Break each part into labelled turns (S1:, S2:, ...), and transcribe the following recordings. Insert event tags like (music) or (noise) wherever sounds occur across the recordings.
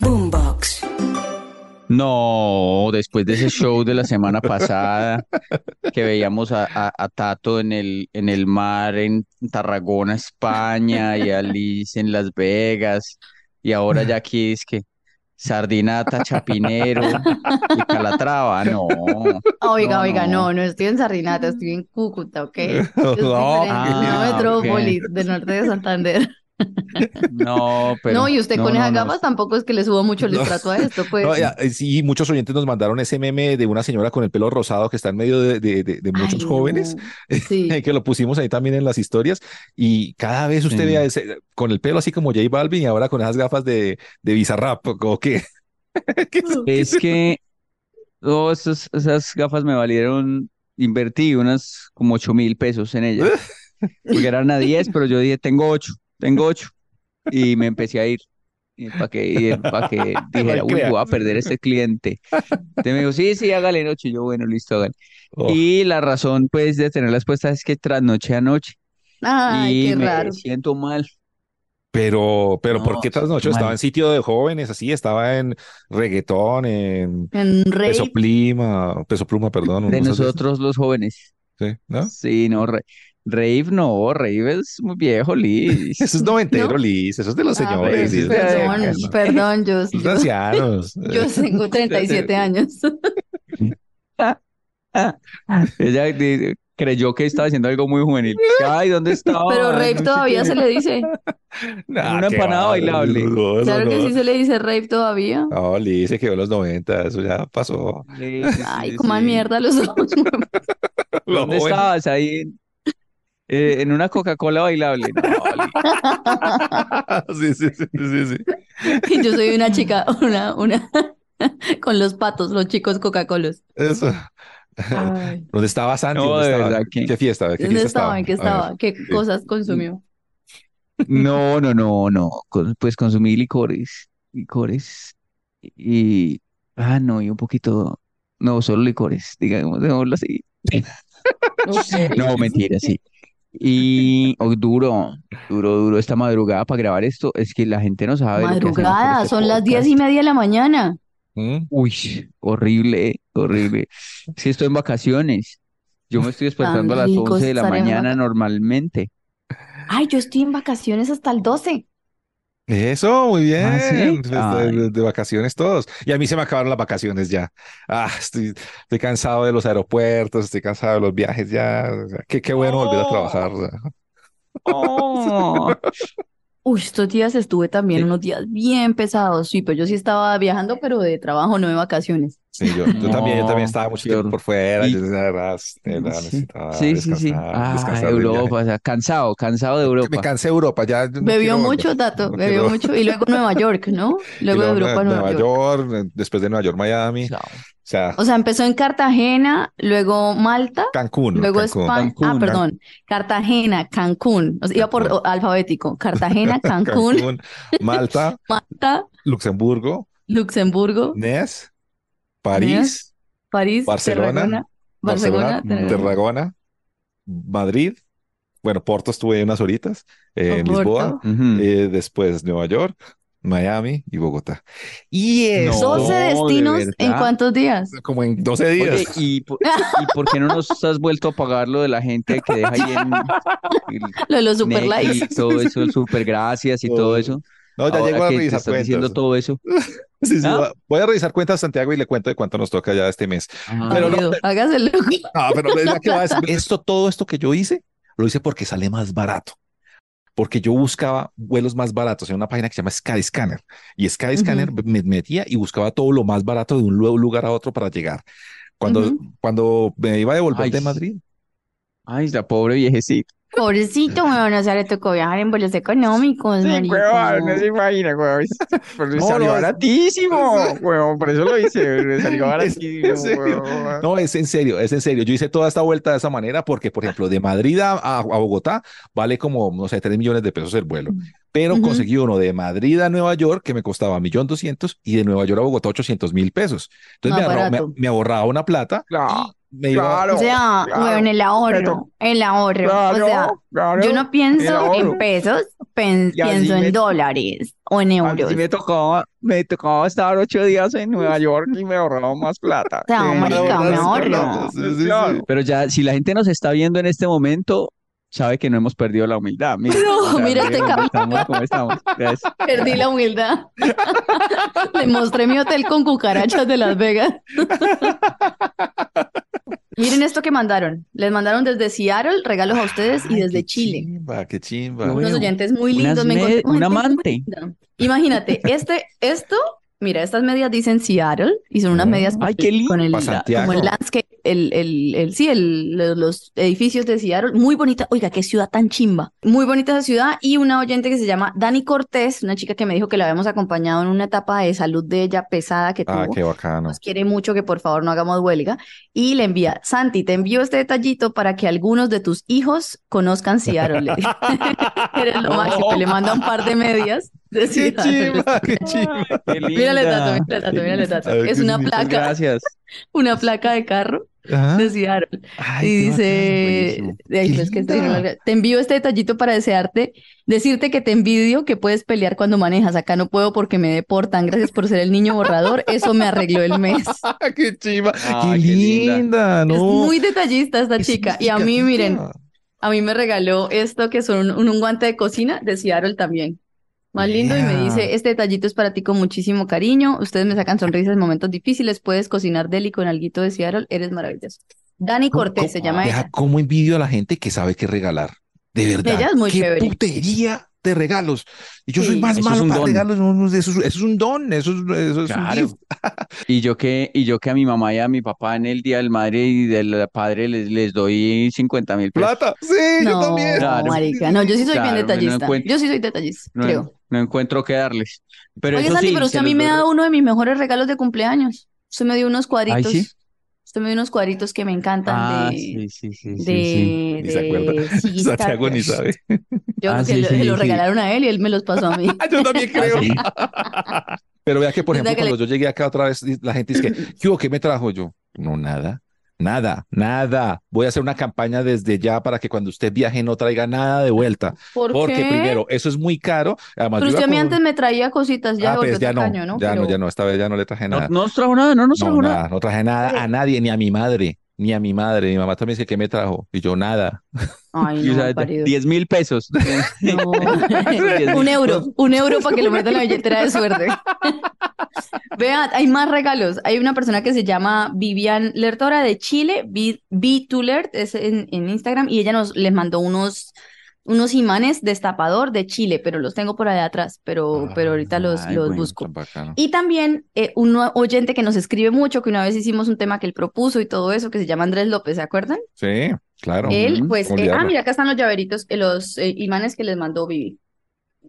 S1: Boombox.
S2: No, después de ese show de la semana pasada que veíamos a, a- a Tato en el, en el mar en Tarragona, España, y a Liz en Las Vegas, y ahora ya aquí es que Sardinata, Chapinero y Calatrava, no.
S3: Oiga,
S2: No,
S3: oiga,
S2: no.
S3: no, no estoy en Sardinata, estoy en
S2: (laughs)
S3: Cúcuta, ¿ok? Es diferente,
S4: No.
S3: una
S2: Ah, ok.
S3: metrópolis del norte de Santander.
S2: No, (laughs) pero
S3: no, y usted
S2: no,
S3: con
S2: no,
S3: esas
S2: no.
S3: gafas tampoco es que le
S2: (laughs)
S3: subo mucho el
S4: No.
S3: estrato a esto, pues.
S4: No, ya, eh, sí, muchos oyentes nos mandaron ese meme de una señora con el pelo rosado que está en medio de, de- de- de
S3: Ay,
S4: muchos
S3: no.
S4: jóvenes,
S2: (laughs)
S4: eh,
S3: Sí.
S4: que lo pusimos ahí también en las historias. Y cada vez usted
S2: Sí.
S3: Mm.
S4: vea ese- con el pelo así como J Balvin y ahora con esas gafas de, de Bizarrap, o qué. (laughs) ¿Qué es-
S3: Mm.
S4: qué
S2: Es que todas esas, esas gafas me valieron, invertí unas como ocho mil pesos en ellas. Porque eran a 10, pero yo dije, tengo ocho, tengo ocho. Y me empecé a ir. Para que,
S4: (laughs)
S2: para que dijera, uy,
S4: crea.
S2: voy a perder este cliente. Entonces me dijo, sí, sí, hágale noche. Y yo, bueno, listo, hágale.
S4: Oh.
S2: Y la razón, pues, de tener las puestas es que trasnoché anoche
S3: Ay,
S2: y
S3: qué
S2: me
S3: raro.
S2: siento mal.
S4: Pero, pero ¿por
S2: No,
S4: qué
S2: sí,
S4: trasnochó? Estaba
S2: mal.
S4: en sitio de jóvenes, así, estaba en reggaetón, en
S3: En rey.
S4: peso pluma, peso pluma, perdón,
S2: De
S4: no ¿Ah? sé si-
S2: nosotros los jóvenes.
S4: sí, ¿no?
S2: Sí, no, re- Rave no, Rave es muy viejo, Liz.
S4: Eso es noventero,
S3: ¿No?
S4: Liz, eso es de los
S3: Ah,
S4: señores,
S2: sí,
S4: Liz, de
S2: sí,
S4: los
S3: perdón,
S4: señores,
S2: sí.
S4: ¿no?
S3: perdón,
S2: (laughs)
S3: yo,
S4: Los
S3: yo,
S4: ancianos.
S3: (laughs) yo tengo 37 años. (laughs) Ah.
S2: (laughs) Ella di- creyó que estaba haciendo algo muy juvenil. Ay, ¿dónde estaba?
S3: (laughs) Pero rape todavía se le dice.
S4: Nah,
S2: Una
S4: qué
S2: empanada
S4: va,
S2: bailable.
S4: no, eso
S3: Claro que
S4: no.
S3: sí se le dice rape todavía.
S4: No, Liz se quedó en los 90, eso ya pasó.
S2: Sí, sí,
S3: Ay,
S2: sí,
S3: coman
S2: sí.
S3: mierda los ojos.
S4: (laughs) Lo
S2: ¿Dónde
S4: joven.
S2: estabas? Ahí en, eh, en una Coca-Cola bailable. No, Liz.
S4: (laughs) Sí, sí, sí, sí, sí.
S3: Y (laughs) yo soy una chica, una, una, (laughs) con los patos, los chicos Coca-Colos. (laughs)
S4: Eso.
S3: Ay.
S4: ¿Dónde estaba Santi?
S2: No,
S4: ¿Dónde
S2: de
S4: estaba?
S2: verdad que-
S4: ¿Qué fiesta? Ah, ¿Qué
S3: ¿Dónde
S4: fiesta
S3: estaba? Eh, ¿En Ah, qué
S4: A ver.
S3: estaba? ¿Qué cosas (laughs) consumió?
S2: no, no, no, no. Con- Pues consumí licores, licores y, ah, no, y un poquito, no, solo licores, digamos, digámoslo así.
S3: (laughs)
S2: No, mentira, sí. Y oh, duro, duro, duro esta madrugada para grabar esto. Es que la gente no sabe lo que hacemos por
S3: Madrugada,
S2: este
S3: son las diez y
S2: podcast.
S3: media de la mañana.
S4: ¿Mm?
S2: Uy, horrible, horrible. Si estoy en vacaciones, yo me estoy despertando a las
S3: rico
S2: 11 de la
S3: estar en
S2: mañana
S3: vaca-
S2: normalmente.
S3: Ay, yo estoy en vacaciones hasta el 12.
S4: (laughs) Eso, muy bien.
S2: Ah, ¿sí?
S4: Pues, de-
S2: Ay.
S4: de, de vacaciones todos. Y a mí se me acabaron las vacaciones ya. Ah, estoy, estoy cansado de los aeropuertos, estoy cansado de los viajes ya. O sea, qué, qué bueno volver a
S2: Oh.
S4: trabajar. o sea.
S2: (laughs) Oh,
S3: Uy, estos días estuve también
S2: Sí.
S3: unos días bien pesados. Sí, pero yo sí estaba viajando, pero de trabajo, no de vacaciones.
S4: Sí, yo, yo también, yo también
S2: No,
S4: estaba mucho
S2: peor.
S4: tiempo por fuera.
S2: Y- Mm,
S4: Yo de verdad, de verdad,
S2: sí,
S4: Eh, necesitaba
S2: sí, sí, sí.
S4: descansar,
S2: Ah,
S4: descansar del viaje.
S2: Europa, o sea, cansado, cansado de
S4: Me
S2: Europa.
S4: cansé de Europa, ya no
S3: Bebió
S4: quiero volver.
S3: mucho, Tato,
S4: No
S3: bebió
S4: quiero-
S3: mucho. Y luego Nueva York, ¿no?
S4: y
S3: Luego de
S4: luego
S3: Europa a
S4: Nueva,
S3: Nueva York.
S4: York. eh, después de Nueva York, Miami. O
S2: Chao.
S4: sea,
S3: O sea, empezó en Cartagena, luego Malta,
S4: Cancún,
S3: luego
S4: Cancún.
S3: España. Ah,
S2: Cancún,
S3: perdón. Cartagena, Cancún. O sea, iba por
S4: Cancún.
S3: o- alfabético. Cartagena, Cancún,
S4: Cancún,
S3: (laughs)
S4: Malta,
S3: Malta,
S4: Luxemburgo,
S3: Luxemburgo,
S4: Nes, París,
S3: París,
S4: Barcelona,
S3: Tarragona, Barcelona,
S4: Barcelona, Tarragona, Madrid. Bueno, Porto estuve ahí unas horitas, eh, en
S3: Oporto.
S4: Lisboa,
S2: Ujú.
S4: eh, después Nueva York, Miami y Bogotá. Y
S2: No,
S4: eso
S3: 12
S2: de
S3: destinos en
S2: verdad.
S3: cuántos días.
S4: como en 12 días.
S2: Oye, ¿y por, y por qué no nos has vuelto a pagar lo de la gente que deja ahí en el
S3: Lo de los (laughs) super
S2: Nequi
S3: likes.
S2: y todo eso, el super gracias y todo eso.
S4: no, ya
S2: Ahora
S4: llego a
S2: que te
S4: revisar
S2: estás diciendo
S4: cuentas.
S2: todo eso.
S4: Sí, sí,
S2: ¿Ah?
S4: va- Voy a revisar cuentas, Santiago, y le cuento de cuánto nos toca ya este mes. Pero no-
S3: Válido, hágase el loco.
S4: No, pero es la que va a decir, esto, todo esto que yo hice, lo hice porque sale más barato. Porque yo buscaba vuelos más baratos en una página que se llama Skyscanner. Y Skyscanner me metía y buscaba todo lo más barato de un lu- lugar a otro para llegar. Cuando,
S3: Ujú.
S4: cuando me iba a devolver
S2: Ay,
S4: de
S2: sí.
S4: Madrid,
S2: Ay, la pobre viejecita.
S3: Pobrecito, weón, o sea, le tocó viajar en vuelos económicos,
S5: Sí,
S3: marica.
S5: huevón, no se imagina, huevón. Pero Pues le
S4: No,
S5: salió
S4: no, es- (laughs)
S5: baratísimo, huevón, por eso lo hice, le salió
S4: Es-
S5: baratísimo,
S4: en serio.
S5: huevón.
S4: No, es en serio, es en serio. Yo hice toda esta vuelta de esa manera porque, por ejemplo, de Madrid a, a- a Bogotá vale como, no sé, 3 millones de pesos el vuelo. Pero
S3: Mm. Ujú.
S4: conseguí uno de Madrid a Nueva York que me costaba 1.200.000 y de Nueva York a Bogotá 800 mil pesos. Entonces
S3: Más
S4: me, ahorra- me-
S3: barato.
S4: me ahorraba una plata.
S5: Claro,
S4: Me iba-
S5: claro.
S3: O sea,
S5: Claro,
S3: weón, el ahorro, el ahorro.
S5: claro,
S3: o sea,
S5: claro.
S3: yo no pienso
S5: ahorro.
S3: en pesos, pen-
S5: Y así
S3: pienso
S5: me-
S3: en dólares o en
S5: A mí
S3: euros.
S5: sí me tocaba, me tocaba estar ocho días en Nueva York y me ahorraba más plata.
S3: sea,
S5: Sí,
S3: marica,
S5: claro,
S3: me
S5: claro,
S3: ahorro.
S5: sí, sí,
S6: sí.
S5: claro. Pero
S6: (laughs) Pero ya, si la gente nos está viendo en este momento, sabe que no hemos perdido la humildad. Mira,
S3: No, mira este
S6: cómo
S3: cabrón.
S6: estamos, cómo estamos.
S3: (laughs)
S6: Ya es-
S3: Perdí la humildad. (laughs) Le mostré mi hotel con cucarachas de Las Vegas. Miren esto que mandaron. Les mandaron desde Seattle regalos a ustedes y
S4: Ay,
S3: desde
S4: qué
S3: Chile.
S4: Chimba, qué chimba.
S6: Lo
S3: Unos
S6: veo.
S3: oyentes muy
S6: Unas
S3: lindos. me
S6: med-
S3: encontré con
S6: un
S3: gente muy
S6: amante.
S3: linda. Imagínate, este, esto, mira, estas medias dicen Seattle y son unas
S4: Mm.
S3: medias
S6: Ay, qué lindo.
S3: con el,
S4: Pa'
S3: como
S4: Santiago.
S3: el landscape, el, el, el, sí, el, lo- los edificios de Seattle, muy bonita, oiga, qué ciudad tan chimba, muy bonita esa ciudad y una oyente que se llama Dani Cortés, una chica que me dijo que la habíamos acompañado en una etapa de salud de ella pesada que
S4: Ah,
S3: tuvo,
S4: qué bacano.
S3: nos quiere mucho, que por favor no hagamos huelga, y le envía, Santi, te envío este detallito para que algunos de tus hijos conozcan Seattle. Le dije, (laughs) Eres lo máximo, le manda un par de medias de
S4: Qué
S3: Seattle.
S4: chimba,
S3: (laughs)
S4: qué chimba.
S6: Qué
S3: Mírale el
S6: linda.
S3: dato, mírale el dato, mírale el dato.
S4: Ay,
S3: Es
S4: qué
S3: una
S4: bonito.
S3: placa,
S6: Gracias.
S3: una placa de carro
S4: Ajá.
S3: de Seattle.
S4: Ay,
S3: Y
S4: qué bacano,
S3: dice,
S4: buenísimo.
S3: de ahí,
S4: Qué
S3: pues, que
S4: linda.
S3: sí, no lo alca- te envío este detallito para desearte, decirte que te envidio, que puedes pelear cuando manejas. Acá no puedo porque me deportan. Gracias por ser el niño borrador. Eso me arregló el mes.
S4: Ah, qué chiva,
S6: Ah,
S4: qué,
S6: qué linda.
S4: linda,
S3: Es
S4: no.
S3: muy detallista esta
S4: Qué
S3: chica. Y a mí,
S4: significativa.
S3: miren, a mí me regaló esto que son un, un guante de cocina de Seattle también. Más lindo y me
S4: Yeah.
S3: dice, este detallito es para ti con muchísimo cariño. Ustedes me sacan sonrisas en momentos difíciles. Puedes cocinar deli con alguito de Seattle. Eres maravilloso. Dani
S4: ¿Cómo-
S3: Cortés se
S4: cómo-
S3: llama
S4: vea
S3: ella.
S4: cómo envidio a la gente que sabe qué regalar. De verdad.
S3: Ella es muy
S4: qué
S3: chévere.
S4: putería de regalos. Y yo soy
S3: Sí.
S4: más
S6: Eso es
S4: malo
S6: un
S4: para
S6: don.
S4: regalos. no, no, eso, es, eso es un don. Eso es, eso es un
S6: Claro. pues.
S4: gift.
S6: Y yo que, y yo que a mi mamá y a mi papá en el Día del Madre y del Padre les, les doy 50 mil pesos.
S4: Plata. Sí, yo
S3: No,
S4: también.
S6: Claro.
S3: marica, no, yo sí soy bien
S6: Claro, no
S3: detallista.
S6: encuentro-
S3: Yo sí soy detallista,
S6: No,
S3: creo.
S6: no encuentro qué darles. Pero
S3: Oye,
S6: eso
S3: Santi,
S6: sí, se
S3: pero usted a mí
S6: los
S3: me ha
S6: doy.
S3: dado uno de mis mejores regalos de cumpleaños. Usted me dio unos cuadritos.
S6: ¿sí?
S3: Usted me dio unos cuadritos que me encantan
S6: Ah,
S3: de,
S6: sí, sí, sí, sí, sí.
S3: de,
S4: Ni se (laughs) acuerda.
S3: de Sigistar
S4: Santiago ni
S3: Crush.
S4: sabe. (laughs)
S3: Yo
S6: Ah,
S3: creo que
S6: sí,
S3: lo-
S6: sí,
S3: se lo
S6: sí.
S3: regalaron a él y él me los pasó a mí.
S4: Ah, yo
S3: (laughs)
S4: también creo.
S6: Ah, sí.
S4: (laughs) Pero vea que, por
S3: Linda
S4: ejemplo,
S3: que le-
S4: cuando yo llegué acá otra vez, la gente dice
S3: (laughs)
S4: que, ¿qué, hubo? ¿Qué me trajo yo? No, nada, nada, nada. Voy a hacer una campaña desde ya para que cuando usted viaje no traiga nada de vuelta.
S3: ¿Por
S4: Porque
S3: qué?
S4: primero, eso es muy caro. Además,
S3: Pero
S4: yo iba
S3: usted a mí
S4: con-
S3: antes me traía cositas, ya
S4: Ah,
S3: volvió
S4: pues ya no,
S3: tacaño, ¿no?
S4: ya no,
S3: Pero-
S4: ya no, esta vez ya no le traje
S6: No,
S4: nada.
S6: no nos trajo nada, no nos
S4: No,
S6: trajo nada.
S4: nada, no traje nada a nadie, ni a mi madre, ni a mi madre. Mi mamá también dice que me trajo y yo nada.
S3: Ay,
S6: Y, o
S3: no,
S6: sea, (laughs)
S3: parido.
S6: 10 mil
S2: (laughs)
S6: pesos.
S4: (laughs)
S3: No.
S6: Diez
S3: Un
S6: mil.
S3: euro, un euro para que lo meta en la billetera de suerte. (laughs) Vean, hay más regalos. Hay una persona que se llama Vivian Lertora de Chile, B2Lert, es en, en Instagram, y ella nos les mandó unos, unos imanes destapador de Chile, pero los tengo por allá atrás, pero, pero
S4: Ah,
S3: ahorita los,
S6: Ay,
S3: los
S6: bueno,
S3: busco.
S4: Tan bacano.
S3: Pues Y también eh, un oyente que nos escribe mucho, que una vez hicimos un tema que él propuso y todo eso, que se llama Andrés López, ¿se acuerdan?
S4: Sí, claro.
S3: Él, pues, eh, ah,
S4: olvidarlo.
S3: mira, acá están los llaveritos, eh, los eh, imanes que les mandó Vivi.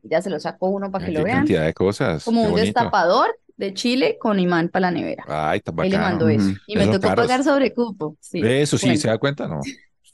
S3: Ya se los sacó uno para que
S4: Ay,
S3: lo
S4: qué
S3: vean.
S4: cantidad de cosas.
S3: Como
S4: qué
S3: un
S4: bonito.
S3: destapador de Chile con imán para la nevera.
S4: Ay, tan
S3: Él le
S4: bacano.
S3: mandó
S6: Ujú.
S3: eso. Y me
S4: Esos
S3: tocó
S4: caros.
S3: pagar sobre cupo. Sí.
S4: Eso sí,
S3: Bueno,
S4: ¿se da cuenta? No.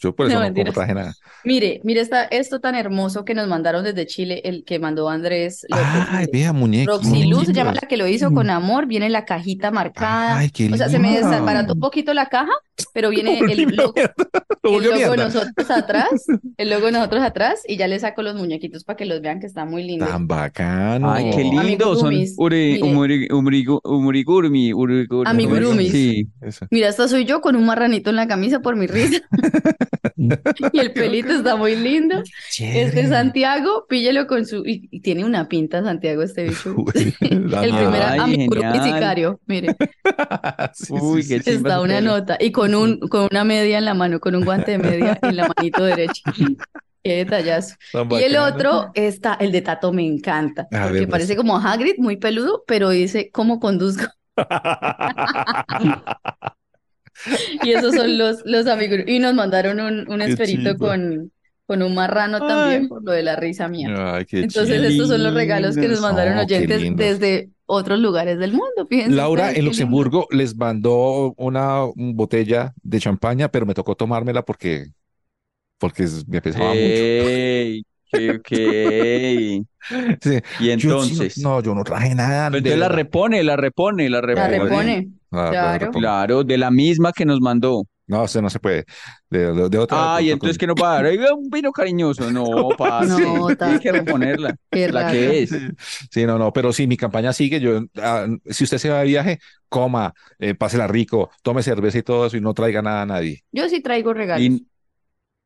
S4: Yo por eso
S3: No,
S4: no,
S3: mentiras.
S4: traje
S3: (laughs)
S4: nada.
S3: Mire, mire esta, esto tan hermoso que nos mandaron desde Chile, el que mandó Andrés López.
S4: Ay,
S3: Mire,
S4: vea, muñeco.
S3: Roxy Luz se llama la que lo hizo con amor, viene la cajita marcada.
S4: Ay, qué
S3: O sea, se me
S4: lindo.
S3: desbarató un poquito la caja,
S4: (laughs)
S3: pero viene el logo,
S4: Lo
S3: el
S4: volvió
S3: logo de
S4: mierda. (laughs)
S3: nosotros atrás, el logo de nosotros atrás, y ya le saco los muñequitos para que los vean que está muy lindo.
S4: Tan bacano.
S6: Ay, qué
S3: Amigurumis,
S6: lindo. Son uri,
S3: mire.
S6: umuri, umurigu- umurigurumi, urigurumi.
S3: Amigurumis.
S6: Sí.
S4: Eso.
S3: Mira, esta soy yo con un marranito en la camisa por mi risa. (laughs) y el pelito está muy lindo. Este es Santiago, píllelo con su. Y, y tiene una pinta, Santiago, este
S4: (laughs)
S3: bicho.
S4: (laughs) Uy, la
S3: (laughs) El primer
S4: madre.
S6: Ay,
S3: amigurumi
S6: genial.
S3: sicario, mire,
S4: (laughs) Sí,
S6: Uy,
S4: sí,
S6: qué
S4: sí.
S6: chimba
S3: está
S6: su
S3: una
S6: pelo.
S3: nota y con un con una media en la mano, con un guante de media en la manito derecha. Qué
S4: (laughs)
S3: detallazo.
S4: Tan
S3: Y el
S4: bacano. pues.
S3: otro está, el de Tato me encanta,
S4: A ver,
S3: porque
S4: muestra.
S3: parece como Hagrid, muy peludo, pero dice
S4: (laughs)
S3: cómo conduzco. Y esos son los, los amigos. Y nos mandaron un, un
S4: Qué
S3: esperito
S4: chimba.
S3: con, con un marrano también por lo de la risa mía.
S4: Ay, qué
S3: Entonces,
S4: chido.
S3: estos son los regalos que nos mandaron
S4: Oh, qué
S3: oyentes
S4: lindo.
S3: desde otros lugares del mundo. Fíjense
S4: Laura
S3: ustedes qué
S4: en
S3: lindo.
S4: Luxemburgo les mandó una botella de champaña, pero me tocó tomármela porque, porque es- me pesaba
S2: Eh,
S4: mucho.
S2: Ey, ok, ok.
S4: Sí.
S2: Y
S4: Yo sí no-
S2: entonces.
S4: no, yo no traje nada.
S2: Pero
S4: de
S2: entonces la
S4: verdad.
S2: repone, la repone, la
S3: La
S2: repone.
S3: repone.
S4: Ah,
S3: claro.
S4: repongo.
S2: Claro, de la misma que nos mandó.
S4: No, eso no se puede. De, de- de otra.
S2: Ah, y
S4: otra-
S2: entonces que no va a dar. Oiga, un vino cariñoso. No, parce.
S3: (laughs) No,
S2: (laughs) Tiene que
S3: tato.
S2: reponerla.
S3: Qué
S2: La
S3: raro.
S2: que es.
S4: Sí, no, no, pero sí, mi campaña sigue. Yo, ah, si usted se va de viaje, coma, eh, pásela rico, tome cerveza y todo eso y no traiga nada a nadie. (laughs)
S3: Yo sí traigo regalos.
S2: Y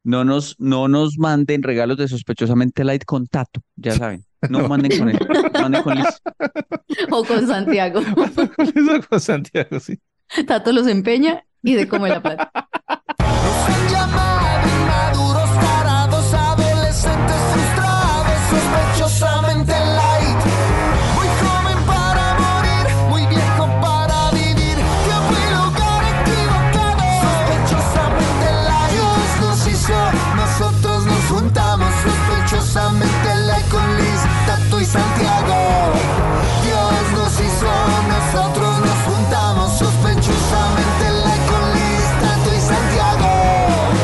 S2: no nos, no nos manden regalos de sospechosamente light con Tato, ya saben.
S4: (laughs)
S2: No manden con él, manden con Liz.
S3: O
S2: (laughs)
S3: con Santiago.
S4: Eso con Santiago, sí.
S3: Tato los empeña y de cómo la plata.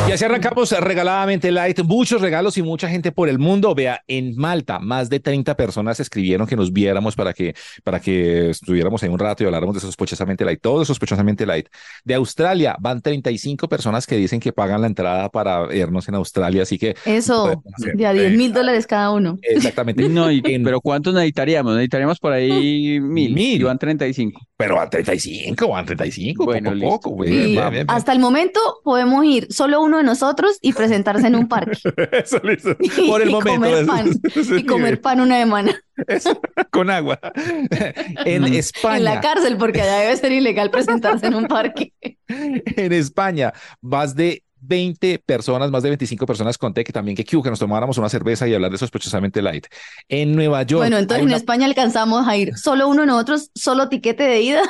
S4: Y así arrancamos regaladamente light, muchos regalos y mucha gente por el mundo. Vea, en Malta, más de 30 personas escribieron que nos viéramos para que, para que estuviéramos ahí un rato y habláramos de sospechosamente light, todo de sospechosamente light. De Australia, van 35 personas que dicen que pagan la entrada para vernos en Australia, así que
S3: Eso,
S4: podemos hacer,
S3: de a
S4: eh,
S3: 10 mil dólares cada uno. (laughs)
S4: Exactamente.
S2: No, y-
S4: En-
S2: pero ¿cuántos necesitaríamos? Necesitaríamos por ahí mil,
S4: Mil.
S2: y van 35.
S4: Pero a 35, a 35,
S2: Bueno,
S4: poco a
S2: listo.
S4: poco,
S2: Bien,
S4: güey.
S3: Y
S4: Bien, bien, bien.
S3: hasta el momento podemos ir solo uno de nosotros y presentarse en un
S2: (laughs)
S3: parque
S4: (laughs) Eso, listo.
S3: (laughs) Y-
S4: Por el
S3: y
S4: momento.
S3: comer
S4: ese-
S3: pan,
S4: (laughs) ese es el
S3: y comer
S4: nivel.
S3: pan una semana
S4: Eso, con agua. (laughs) En
S3: Mm. en la
S4: España,
S3: cárcel porque allá debe ser ilegal presentarse en un parque.
S4: (laughs) en España, más de 20 personas, más de 25 personas conté que también que Q, que nos tomáramos una cerveza y hablar de sospechosamente light. En Nueva York,
S3: Bueno,
S4: hay
S3: entonces en
S4: una-
S3: España alcanzamos a ir solo uno de nosotros, solo tiquete de ida.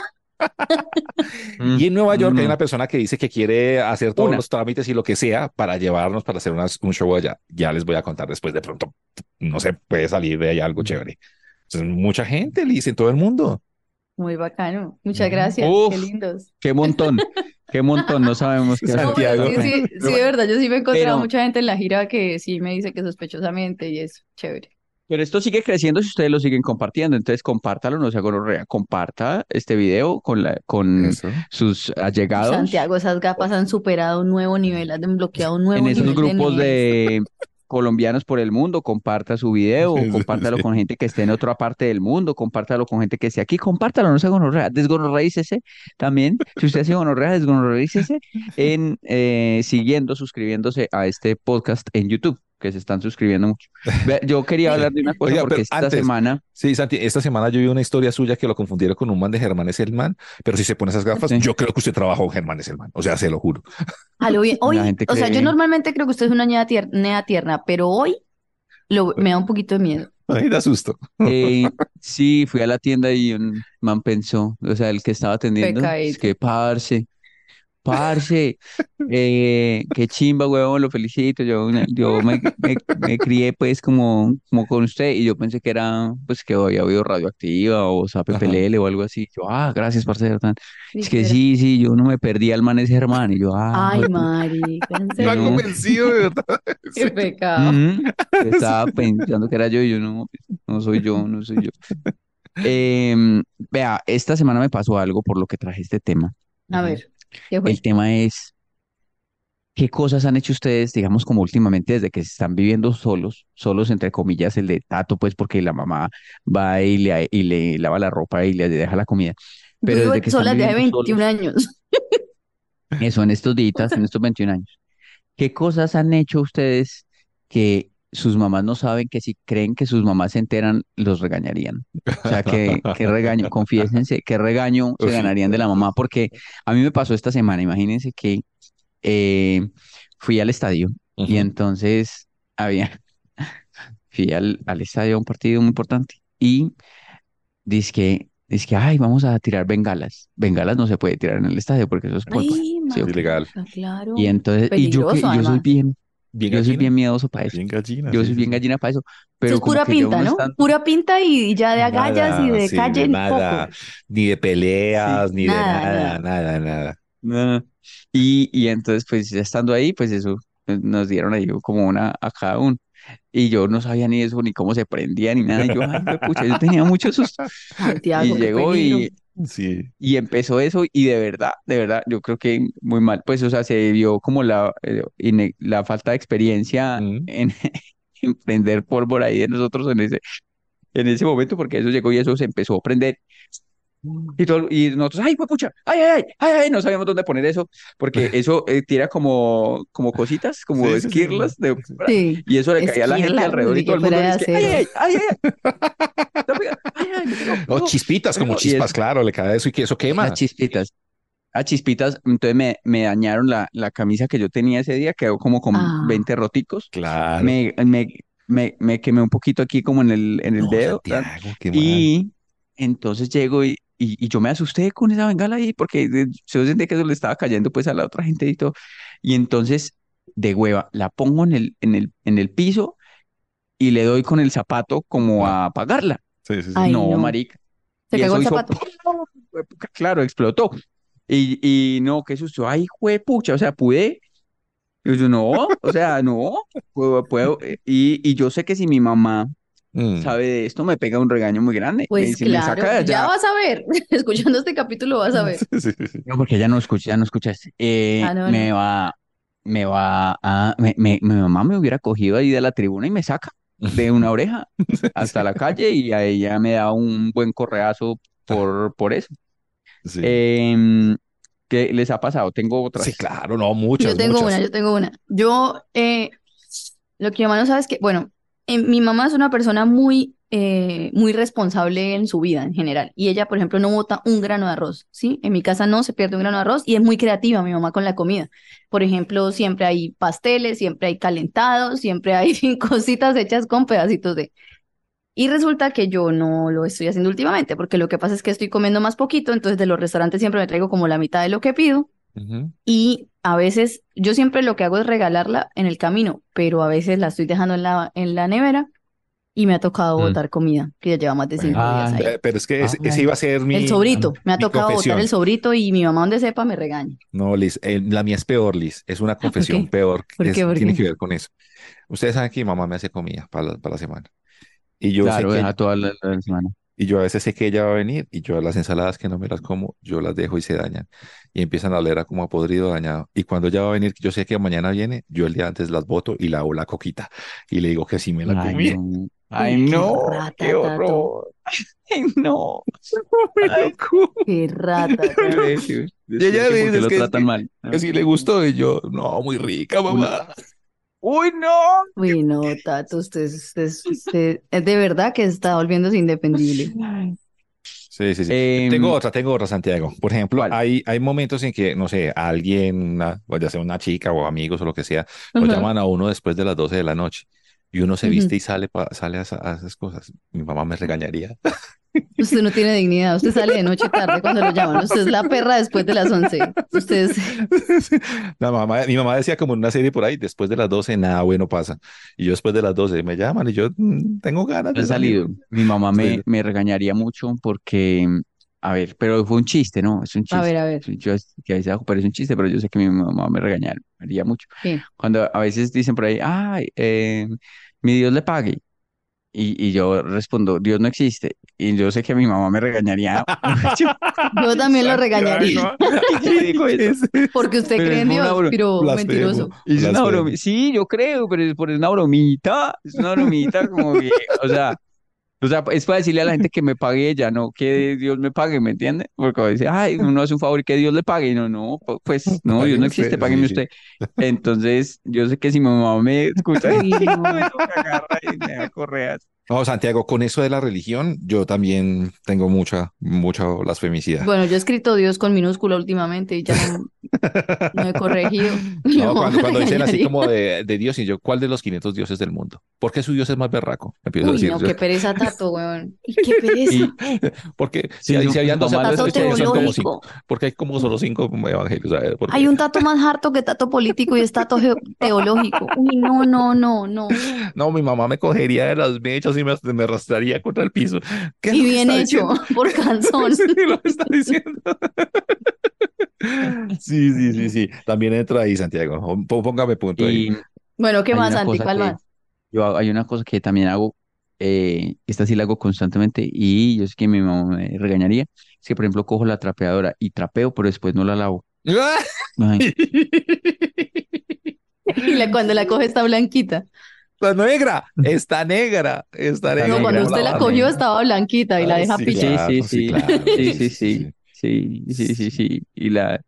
S4: y en Nueva York hay
S2: Mm.
S4: una persona que dice que quiere hacer todos
S2: Una.
S4: los trámites y lo que sea para llevarnos para hacer unas- un show allá. Ya les voy a contar después, de pronto, no sé, puede salir de ahí algo chévere. Entonces, mucha gente, Liz, en todo el mundo.
S3: Muy bacano. Muchas gracias.
S2: Uf.
S3: Qué lindos.
S2: Qué montón, qué montón, no sabemos qué hacer.
S4: Santiago.
S3: No,
S4: (laughs)
S3: pero sí, sí, sí, de verdad, yo sí me he encontrado
S2: Pero-
S3: mucha gente en la gira que sí me dice que sospechosamente y es chévere.
S2: Pero esto sigue creciendo si ustedes lo siguen compartiendo, entonces compártalo, no sea gonorrea, comparta este video con, la, con
S4: Eso.
S2: sus allegados.
S3: Santiago, esas gafas han superado un nuevo nivel, han desbloqueado un nuevo
S2: en esos
S3: nivel
S2: grupos
S3: nivel.
S2: de colombianos por el mundo, comparta su video,
S4: Sí, sí,
S2: compártalo
S4: sí.
S2: con gente que esté en otra parte del mundo, compártalo con gente que esté aquí, compártalo, no sea gonorrea, desgonorreícese también, si usted hace gonorrea, desgonorreícese en eh, siguiendo, suscribiéndose a este podcast en YouTube, que se están suscribiendo mucho. Ve, Yo quería hablar de una cosa
S4: Oiga, pero
S2: porque esta
S4: antes,
S2: semana,
S4: Sí, Santi, esta semana yo vi una historia suya que lo confundieron con un man de Germán Eselman, pero si se pone esas gafas,
S2: Sí.
S4: yo creo que usted trabajó con Germán Eselman, o sea, se lo juro.
S3: A lo bien. Hoy,
S2: La gente
S3: o sea, yo
S2: cree-
S3: normalmente creo que usted es una niña tier- nea tierna, pero hoy lo- me da un poquito de miedo.
S4: Ay, da susto.
S3: (laughs)
S2: eh, sí, fui a la tienda y un man pensó, o sea, el que estaba atendiendo, es
S3: Pecadito.
S2: que parce. Parce, eh, qué chimba, huevón, lo felicito. Yo, yo me, me- me crié pues como, como con usted y yo pensé que era pues que había habido radioactiva o Sape
S4: Ajá.
S2: PLL o algo así. Yo, ah, gracias, parce, tan. Es que
S3: Dijera,
S2: sí, sí, yo no me perdí al man ese hermano. Y yo, ah,
S3: Ay,
S2: joder,
S3: marica, en
S4: (laughs)
S2: Lo
S3: serio,
S2: hago
S4: convencido, de verdad.
S3: qué (laughs) pecado.
S2: Ujú. Yo Estaba pensando que era yo y yo no, no soy yo, no soy yo. Em, vea, esta semana me pasó algo por lo que traje este tema.
S3: A ver, ¿qué fue?
S2: El tema es, ¿qué cosas han hecho ustedes, digamos, como últimamente desde que se están viviendo solos, solos entre comillas, el de Tato, pues porque la mamá va y le, y le lava la ropa y le deja la comida? Pero
S3: Yo vivo
S2: desde que
S3: sola
S2: están
S3: de
S2: viviendo
S3: 21 años.
S2: solos, eso en estos días, en estos 21 años, ¿qué cosas han hecho ustedes que sus mamás no saben que si creen que sus mamás se enteran, los regañarían? O sea, que qué regaño, confiésense, qué regaño se
S4: Uf.
S2: ganarían de la mamá, porque a mí me pasó esta semana, imagínense que eh, fui al estadio y entonces había, (laughs) fui al, al estadio a un partido muy importante y dizque, dizque, ay, vamos a tirar bengalas. Bengalas no se puede tirar en el estadio porque eso es pólvora.
S3: Ay,
S2: Sí, ok.
S3: marica,
S4: Ilegal.
S3: claro.
S2: Y entonces, y yo que
S3: Peligroso,
S2: yo soy
S3: además.
S2: bien,
S4: Bien
S2: Yo soy
S4: gallina.
S2: bien miedoso para eso.
S4: Bien gallina,
S2: Yo
S4: sí,
S2: soy
S4: sí,
S2: bien
S4: sí.
S2: gallina para eso. Pero
S3: Eso es
S2: como
S3: pura
S2: que ya
S3: pinta,
S2: uno
S3: ¿no?
S2: estando-
S3: Pura pinta y, y ya de agallas y
S4: Nada,
S3: de
S4: sí,
S3: calle
S4: nada,
S3: poco.
S4: ni de peleas, ni de
S3: Nada,
S4: nada, nada, nada.
S2: No. Ah, Y, y entonces, pues ya estando ahí, pues eso, eh, nos dieron ahí como una a cada uno. Y yo no sabía ni eso, ni cómo se prendía, ni nada. Y yo, ay, pucha, yo tenía
S3: (laughs)
S2: mucho susto.
S3: Santiago,
S2: Y
S3: qué
S2: llegó
S3: peligro.
S2: y,
S4: Sí,
S2: y empezó eso, y de verdad, de verdad, yo creo que muy mal. Pues, o sea, se vio como la, eh, ine- la falta de experiencia
S4: Mm.
S2: en, (laughs) en prender pólvora ahí de nosotros en ese, en ese momento, porque eso llegó y eso se empezó a prender. Y, todo- y nosotros, ay, pucha, ay, ay, ay, ay, ay", no sabíamos dónde poner eso,
S4: (laughs)
S2: porque eso eh, tira como, como cositas, como
S4: Sí, sí, sí.
S2: esquirlas de pólvora,
S3: Sí.
S2: y eso le caía a la gente
S3: Esquirlas,
S2: alrededor y
S3: ni
S2: todo el
S3: que
S2: mundo
S3: fuera
S2: dizque,
S3: de
S2: ay, ay,
S3: acero.
S2: ay, ay, ay,
S4: (laughs)
S2: está pegando, ay, ay, me pegó,
S4: o
S2: no".
S4: chispitas, como
S2: Y es-
S4: chispas, claro, le cae eso y que eso
S2: A
S4: quema.
S2: chispitas. A chispitas, entonces me, me dañaron la, la camisa que yo tenía ese día, quedó como con
S3: Ah.
S2: 20 roticos.
S4: Claro.
S2: Me, me, me, me quemé un poquito aquí como en el, en el
S4: No,
S2: dedo. tan.
S4: Santiago, qué mal.
S2: Y entonces llego y, y, y yo me asusté con esa bengala ahí porque de- yo sentía que eso le estaba cayendo pues a la otra gente y todo. Y entonces, de hueva, la pongo en el, en el, en el piso y le doy con el zapato como
S4: Ah.
S2: a apagarla.
S4: Sí, sí, sí.
S3: Ay,
S2: No,
S3: no.
S2: marica.
S3: Se
S2: Y eso
S3: cagó el
S2: hizo (laughs)
S3: zapato.
S2: ¡pum! Claro, explotó. Y, y no, qué susto. Ay, pucha, o sea, pude. Y yo, no, o sea, no, puedo,
S3: (laughs)
S2: puedo. Y, y yo sé que si mi mamá
S4: Mm.
S2: sabe de esto, me pega un regaño muy grande. Me
S3: Pues
S2: dice, me
S3: claro,
S2: saca de
S3: ya
S2: allá.
S3: vas a ver. (laughs) Escuchando este capítulo vas a ver.
S4: Mm, Sí, sí, sí.
S2: No, porque ya no escuchas, ya no escuchas. Eh,
S3: Ah, no,
S2: me
S3: no.
S2: va, me va a, me, me- mi mamá me hubiera cogido ahí de la tribuna y me saca de una oreja hasta la calle y a ella me da un buen correazo por, por eso.
S4: Sí.
S2: Em, ¿qué les ha pasado? Tengo otras.
S4: Sí, claro, no, muchas,
S3: Yo tengo
S4: muchas.
S3: una, yo tengo una. Yo, eh, lo que mi mamá no sabe es que, bueno, eh, mi mamá es una persona muy, eh, muy responsable en su vida en general. Y ella, por ejemplo, no bota un grano de arroz, ¿sí? En mi casa no se pierde un grano de arroz y es muy creativa mi mamá con la comida. Por ejemplo, siempre hay pasteles, siempre hay calentados, siempre hay (laughs) cositas hechas con pedacitos de... Y resulta que yo no lo estoy haciendo últimamente, porque lo que pasa es que estoy comiendo más poquito, entonces de los restaurantes siempre me traigo como la mitad de lo que pido.
S4: Ujú.
S3: Y a veces, yo siempre lo que hago es regalarla en el camino, pero a veces la estoy dejando en la, en la nevera y me ha tocado
S2: Mm.
S3: botar comida, que ya lleva más de
S4: Bueno.
S3: cinco días
S2: Ah,
S3: ahí.
S4: Eh, Pero es que es- ese iba a ser mi,
S3: El sobrito, me ha
S4: mi
S3: tocado botar
S4: confesión.
S3: el sobrito y mi mamá donde sepa me regaña.
S4: No, Liz, eh, la mía es peor, Liz. Es una confesión
S3: qué?
S4: peor.
S3: Ah, ¿Por
S4: Es-
S3: qué? ¿Por
S4: tiene
S3: qué?
S4: que ver con eso. Ustedes saben que mi mamá me hace comida para la, para la semana. Y yo sé
S2: Claro,
S4: que,
S2: deja toda la, la semana.
S4: y yo a veces sé que ella va a venir y yo las ensaladas que no me las como, yo las dejo y se dañan. Y empiezan a oler a como a podrido, dañado. Y cuando ella va a venir, que yo sé que mañana viene, yo el día antes las boto y la hago la coquita. Y le digo que sí me la
S2: Ay,
S4: comí.
S2: no. Ay,
S3: qué
S2: no,
S3: rata,
S2: qué
S4: (laughs)
S3: Tato.
S2: horror. Ay, no. Ay,
S3: Qué
S5: (laughs)
S3: rata.
S2: Yo
S4: (laughs)
S2: le digo,
S4: ella
S2: ¿por qué
S4: dice, es
S2: lo
S4: que-
S2: tratan mal?
S4: Que sí le gustó. Y yo, no, muy rica, mamá.
S2: Uy, no.
S3: Uy, no, Tato, usted, usted, usted- es de verdad que está volviéndose independible.
S4: Sí, sí, sí.
S2: Em,
S4: Tengo otra, tengo otra, Santiago. Por ejemplo,
S2: ¿Cuál?
S4: hay, hay momentos en que, no sé, alguien, una- o ya sea una chica o amigos o lo que sea, lo
S3: Ujú.
S4: llaman a uno después de las 12 de la noche y uno se
S3: Ujú.
S4: viste y sale, pa- sale a, esa- a esas cosas. Mi mamá me regañaría.
S3: Usted no tiene dignidad, usted sale de noche tarde cuando lo llaman, usted es la perra después de las once. Usted es...
S4: La mamá, mi mamá decía como en una serie por ahí, después de las 12 nada bueno pasa. Y yo después de las 12 me llaman y yo "Mm, tengo ganas
S2: No
S4: de
S2: he
S4: salir.
S2: salido. Mi mamá
S4: Sí,
S2: me,
S4: sí.
S2: me regañaría mucho porque, a ver, pero fue un chiste, ¿no? Es un
S3: A
S2: chiste.
S3: ver, a ver.
S2: Yo que ahí se abajo, pero es un chiste, pero yo sé que mi mamá me regañaría mucho.
S3: ¿qué?
S2: Cuando a veces dicen por ahí, ay, eh, mi Dios le pague. Y, y yo respondo, Dios no existe. Y yo sé que mi mamá me
S4: (laughs)
S2: regañaría mucho.
S3: Yo también lo regañaría.
S2: Y yo digo eso.
S3: Porque usted
S2: Pero
S3: cree
S2: es
S3: en
S2: una
S3: Dios,
S2: bro-
S3: pero
S4: blasfemo.
S3: mentiroso.
S2: Y es una
S4: Blasfemo.
S2: bromi- sí, yo creo, pero es por es una bromita, es una bromita como que, o sea, o sea, es para decirle a la gente que me pague ella, no que Dios me pague, ¿me entiende? Porque a veces, ay, uno hace un favor y que Dios le pague, y no, no, pu-
S4: (laughs)
S2: pues, no, Dios
S4: Págueme usted,
S2: no existe, págueme
S4: sí, sí.
S2: usted. Entonces, yo sé que si mi mamá me escucha,
S4: (laughs)
S3: Uy, no.
S2: me toca agarrar y me da correas.
S4: No, Santiago, con eso de la religión, yo también tengo mucha, mucha
S3: (laughs)
S4: blasfemicidad.
S3: Bueno, yo he escrito Dios con minúscula últimamente y ya no, no he
S4: (laughs)
S3: corregido. (laughs)
S4: No, cuando,
S3: me (laughs)
S4: cuando dicen así
S3: regañaría.
S4: como de, de Dios y yo, ¿cuál de los 500 dioses del mundo? ¿Por qué su Dios es más berraco? Empiezo a
S3: Uy,
S4: decir,
S3: no,
S4: yo,
S3: qué pereza, Tato, (laughs) weón. Y qué pereza.
S4: Y- porque si,
S2: Sí,
S4: hay-
S2: no,
S4: si habían
S2: lo
S4: dos
S2: malo
S3: Tato
S2: es que
S4: son como cinco,
S3: teológico.
S4: porque hay como solo cinco evangelios. ¿sabes? Porque-
S3: Hay un tato más harto que tato político y es tato geo- teológico. Uy, no, no, no, no.
S4: No, mi mamá me cogería de las mechas y me, me arrastraría contra el piso. ¿Qué
S3: Y
S4: nos
S3: bien
S4: está
S3: hecho,
S4: diciendo?
S3: (laughs) por canzón.
S4: (laughs) Sí, lo está
S3: (laughs)
S4: diciendo. Sí, sí, sí, sí. También entra ahí, Santiago. Pó- Póngame punto ahí.
S2: Y
S3: Bueno, ¿qué
S2: Hay
S3: más,
S2: una
S3: Santi?
S2: cosa
S3: ¿Cuál
S2: que-
S3: más?
S2: yo hago- hay una cosa que también hago, eh, esta sí la hago constantemente y yo sé que mi mamá me regañaría, es que por ejemplo cojo la trapeadora y trapeo, pero después no la lavo.
S4: (laughs)
S2: Ay,
S3: (laughs) Y la, cuando la coge está blanquita.
S4: Está negra, está negra, está negra.
S2: No,
S3: No,
S2: Sí,
S3: cuando
S2: claro,
S3: usted
S2: la
S3: la
S2: barba.
S3: cogió estaba blanquita y la
S4: Ah,
S3: deja
S4: sí,
S3: pillar.
S4: claro,
S2: (laughs) sí,
S4: sí,
S2: sí,
S4: claro,
S2: sí,
S4: sí,
S2: sí,
S4: sí,
S2: sí, sí, sí, sí, sí, y la,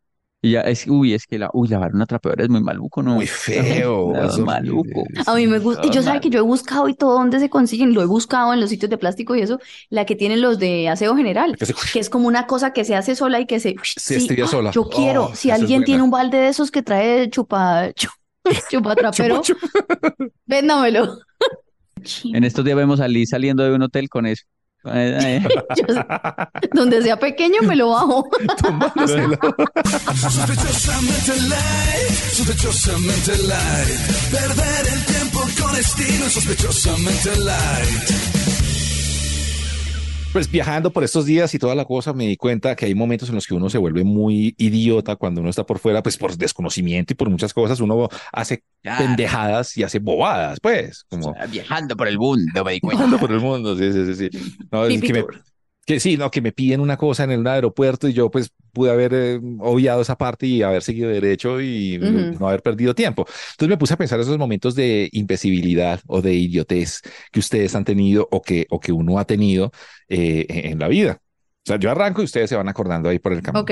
S2: y ya es, uy, es que la, uy, lavar una trapeadora es muy maluco, ¿no?
S4: Muy
S2: (laughs)
S3: (laughs)
S4: feo,
S2: Nada,
S4: es horrible.
S2: maluco.
S3: A
S4: (laughs)
S3: mí me gusta, y yo sabe que yo he buscado y todo donde se consiguen, lo he buscado en los sitios de plástico y eso, la que tienen los de aseo general,
S4: Que se-
S3: que es como una cosa que se hace sola y que se,
S4: Se
S3: sí,
S4: estría
S3: ah,
S4: sola.
S3: Yo quiero,
S4: Oh,
S3: si
S4: esa es
S3: alguien tiene
S4: buena.
S3: un balde de esos que trae chupa, chu- (laughs)
S4: (laughs)
S3: chupatrapero, (laughs) véndamelo. (laughs)
S2: En estos días vemos a Liz saliendo de un hotel con (laughs) eso. Eh, eh.
S3: Yo- donde sea pequeño me lo bajo. (laughs)
S4: Tomándoselo. Pues viajando por estos días y toda la cosa, me di cuenta que hay momentos en los que uno se vuelve muy idiota cuando uno está por fuera, pues por desconocimiento y por muchas cosas, uno hace
S3: Ah.
S2: Ya,
S4: pendejadas y hace bobadas, pues, como
S2: viajando por el mundo, me di cuenta.
S4: viajando por el mundo, sí, sí, sí, sí. No, es que, me, que sí, no, que me piden una cosa en el aeropuerto y yo pues pude haber eh, obviado esa parte y haber seguido derecho y
S3: Ujú.
S4: eh, no haber perdido tiempo. Entonces me puse a pensar esos momentos de impesibilidad o de idiotez que ustedes han tenido o que, o que uno ha tenido eh, en en la vida. O sea, yo arranco y ustedes se van acordando ahí por el camino.
S3: Ok.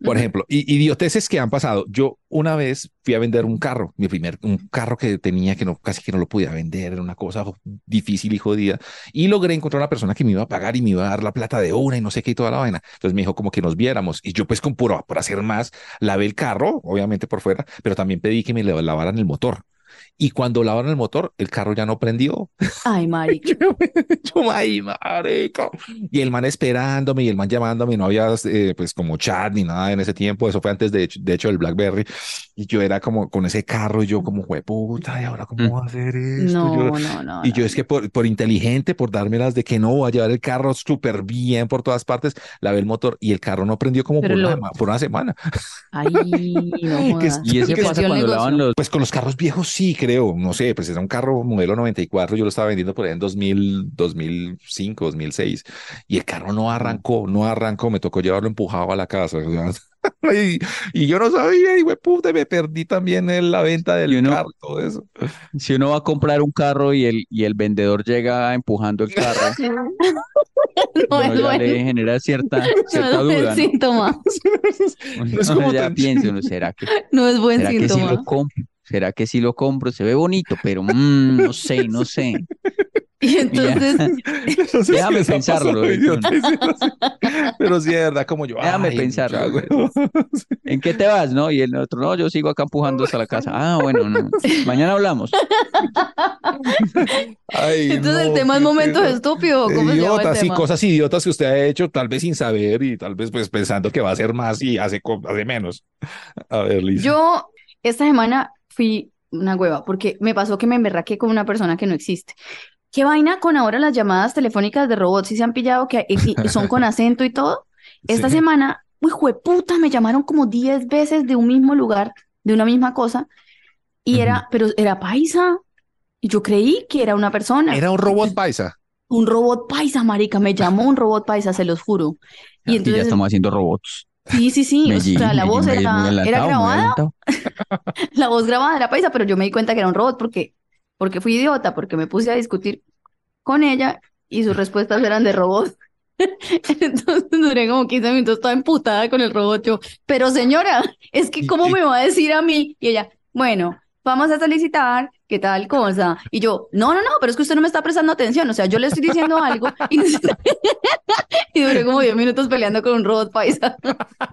S4: Por ejemplo, i- idioteces que han pasado. Yo una vez fui a vender un carro, mi primer un carro que tenía que no casi que no lo podía vender, era una cosa jo- difícil y jodida y logré encontrar una persona que me iba a pagar y me iba a dar la plata de una y no sé qué y toda la vaina. Entonces me dijo como que nos viéramos y yo pues con por, por hacer más lavé el carro, obviamente por fuera, pero también pedí que me le- lavaran el motor. Y cuando lavaron el motor, el carro ya no prendió. (laughs)
S3: Ay, marica.
S4: Yo, ay, marica. Y el man esperándome y el man llamándome, no había eh, pues como chat ni nada en ese tiempo, eso fue antes de, hecho- de hecho del BlackBerry. Y yo era como con ese carro y yo como, puta, ¿y ahora cómo voy a hacer esto?
S3: Mm. No,
S4: Yo-
S3: no, no.
S4: y yo
S3: no.
S4: es que por, por inteligente, por dármelas de que no, voy a llevar el carro súper bien por todas partes, lavé el motor y el carro no prendió como por,
S3: Pero
S4: una,
S3: lo-
S4: sema- por una semana. (laughs)
S3: Ay, no
S4: Que-
S3: jodas.
S2: Y eso
S3: Perdió
S2: pasa
S3: el
S2: cuando
S3: negocio.
S2: lavan los
S4: Pues con los carros viejos sí, creo, no sé, pues era un carro modelo 94, yo lo estaba vendiendo por ahí en 2000, 2005, 2006 y el carro
S2: Mm.
S4: no arrancó, no arrancó, me tocó llevarlo empujado a la casa. o sea, (laughs) Y, y yo no sabía, y puta, me perdí también en la venta del
S2: Y uno-
S4: carro, todo eso. (laughs)
S2: Si uno va a comprar un carro y el, y el vendedor llega empujando el carro,
S4: (laughs)
S3: No
S2: uno
S3: es
S2: ya
S3: (laughs) bueno.
S2: le genera cierta,
S3: (laughs)
S2: cierta
S3: No es
S2: duda,
S3: buen
S2: ¿no?
S3: síntoma.
S2: Uno
S4: es como
S2: ya
S4: tan-
S2: piensa, uno, ¿será
S3: (laughs)
S2: que,
S3: No es buen
S2: será que sí
S3: síntoma.
S2: lo compro? ¿Será que sí lo compro? Se ve bonito, pero mm, no sé, no sé.
S3: (laughs) Y
S2: Y ya,
S3: entonces,
S4: No sé si
S2: Déjame
S4: les ha pasado,
S2: pensarlo, ¿eh?
S4: idiota, sí, no sé. Pero sí, de verdad, como yo.
S2: Déjame
S4: ay,
S2: pensarlo,
S4: mucha
S2: güey.
S4: hueva.
S2: ¿En qué te vas, no? Y el otro, no, yo sigo acá empujando hasta la casa. Ah, bueno, no. Mañana
S3: (laughs)
S2: hablamos.
S4: Ay,
S3: entonces el
S4: no,
S3: tema es
S4: qué
S3: momentos
S4: pena.
S3: estúpidos. ¿Cómo se llama el
S4: Idiotas y
S3: tema?
S4: cosas idiotas que usted ha hecho, tal vez sin saber y tal vez pues pensando que va a hacer más y hace, co- hace menos. A ver, Liz.
S3: Yo esta semana fui una hueva porque me pasó que me emberraqué con una persona que no existe. ¿Qué vaina con ahora las llamadas telefónicas de robots? Si se han pillado que y- y son con acento y todo. Esta
S4: Sí.
S3: semana, uy, jueputa, me llamaron como 10 veces de un mismo lugar, de una misma cosa. Y era, pero era paisa. Y yo creí que era una persona.
S4: Era un robot paisa.
S3: Un robot paisa, marica. Me llamó un robot paisa, se los juro. Y
S2: Ah, Y ya
S3: entonces,
S2: estamos haciendo robots.
S3: sí, sí, sí. O
S2: Medellín,
S3: sea, la
S2: Medellín,
S3: voz
S2: Medellín, muy
S3: era, era
S2: adelantado, muy
S3: grabada
S2: adelantado. ¿eh?
S3: la voz grabada era paisa, pero yo me di cuenta que era un robot porque, porque fui idiota, porque me puse a discutir con ella y sus respuestas eran de robot. (laughs) Entonces duré como 15 minutos toda emputada con el robot. Yo, pero señora, es que ¿cómo me va a decir a mí? Y ella, bueno, vamos a solicitar ¿qué tal cosa? Y yo, no, no, no, pero es que usted no me está prestando atención. O sea, yo le estoy diciendo
S2: (laughs)
S3: algo y, (laughs) necesita- y duré como 10 minutos peleando con un robot paisa.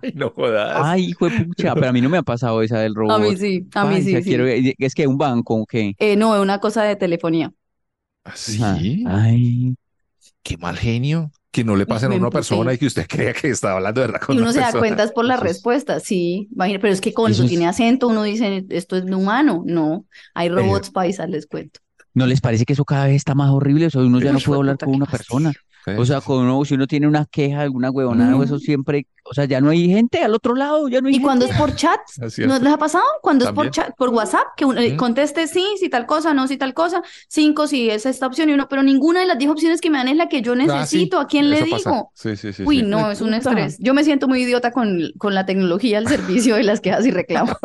S4: Ay, (laughs) no jodas.
S3: (laughs)
S2: Ay, hijo de pucha, pero a mí no me ha pasado esa del robot.
S3: A mí sí, a mí
S2: Ay,
S3: sí.
S2: ya
S3: sí.
S2: quiero- Es que un banco, ¿o ¿qué?
S3: Eh, no, es una cosa de telefonía.
S2: Ah,
S4: Así.
S2: Ay,
S4: Qué mal genio. Que no le pasen a
S3: Me
S4: una
S3: emputé.
S4: persona y que usted (laughs) crea que está hablando de verdad con
S3: Y uno
S4: una
S3: se da
S4: persona.
S3: cuenta es por las
S4: Eso es-
S3: respuestas, sí. Imagina, pero es que cuando
S2: Eso es-
S3: tiene acento uno dice, esto es humano. No, hay robots paisas, les cuento.
S2: ¿no les parece que eso cada vez está más horrible? O sea, uno ya
S4: Sí.
S2: no puede hablar
S3: Puta,
S2: con
S3: qué
S2: una persona.
S4: Sí.
S2: O sea, con uno, si uno tiene una queja, alguna huevonada, o eso siempre, o sea, ya no hay gente al otro lado, ya no hay
S3: Y
S2: gente.
S3: cuando es por chat,
S4: Es
S3: ¿no
S4: cierto.
S3: les ha pasado? Cuando es por
S4: También.
S3: chat, por WhatsApp, que uno eh,
S4: Mm.
S3: conteste sí, si tal cosa, no, si tal cosa, cinco, si es esta opción y uno, pero ninguna de las diez opciones que me dan es la que yo
S4: Ah, sí.
S3: necesito. ¿A quién le
S4: Eso pasa.
S3: digo?
S4: Sí, sí, sí.
S3: Uy,
S4: sí.
S3: no, es un estrés. Yo me siento muy idiota con, con la tecnología al servicio de las quejas y reclamos.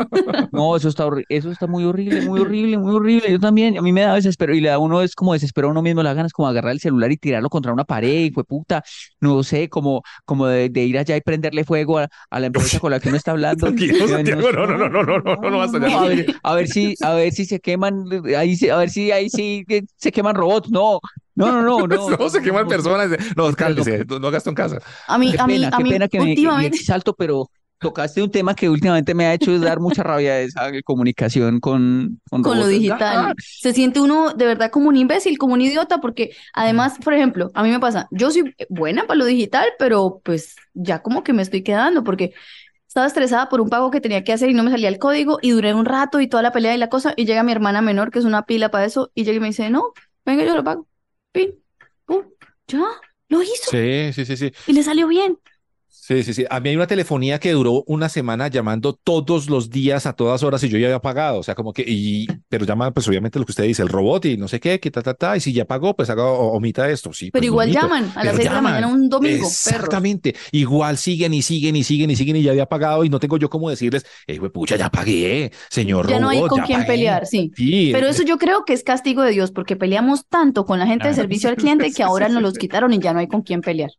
S2: No, eso está horri- eso está muy horrible, muy horrible, muy horrible. Yo también, a mí me da desespero y le da a uno es como desespero a uno mismo, las ganas como agarrar el celular y tirarlo contra una pared, y fue puta, no sé, como como de, de ir allá y prenderle fuego a, a la empresa con la que uno está hablando.
S4: Tranquilo,
S2: Yo,
S4: Santiago,
S2: sé,
S4: no, no, no, no, no, no, no, no vas allá.
S2: a ver, a ver si a ver si se queman ahí sí- a ver si ahí sí que se queman robots. No. No, no, no, no.
S4: (laughs) No, se queman
S2: no,
S4: personas. No, cálmese, no, no gasto en casa.
S3: A mí,
S2: Qué
S3: a mí,
S2: pena,
S3: a
S2: qué
S3: mí,
S2: pena que me- me,
S3: últimamente.
S2: exalto, pero tocaste un tema que últimamente me ha hecho dar mucha rabia esa comunicación con, con
S3: con lo
S2: robots. Ah,
S3: digital. Se siente uno de verdad como un imbécil, como un idiota, porque además, por ejemplo, a mí me pasa, yo soy buena para lo digital, pero pues ya como que me estoy quedando, porque estaba estresada por un pago que tenía que hacer y no me salía el código y duré un rato y toda la pelea y la cosa, y llega mi hermana menor, que es una pila para eso, y llega y me dice, no, venga, yo lo pago. Pin, pum, ya, lo hizo
S4: Sí, sí, sí, sí.
S3: y le salió bien.
S4: Sí, sí, sí. A mí hay una telefonía que duró una semana llamando todos los días a todas horas y yo ya había pagado. O sea, como que, y, pero llama, pues obviamente lo que usted dice, el robot y no sé qué, que ta, ta, ta. Y si ya pagó, pues haga, o- omita esto. Sí,
S3: Pero
S4: pues,
S3: igual
S4: lo omito.
S3: llaman a las
S4: Pero
S3: seis de la
S4: llaman.
S3: mañana un domingo, perro.
S4: Exactamente. Igual siguen y siguen y siguen y siguen y ya había pagado y no tengo yo cómo decirles, eh, güey, pucha, ya pagué, señor
S3: Ya no hay
S4: robot,
S3: con
S4: ya
S3: quién
S4: pagué".
S3: pelear, sí.
S4: Sí,
S3: Pero
S4: eh,
S3: eso yo creo que es castigo de Dios, porque peleamos tanto con la gente de
S4: Ah,
S3: servicio al
S2: (laughs)
S3: cliente que ahora nos los quitaron y ya no hay con quién pelear.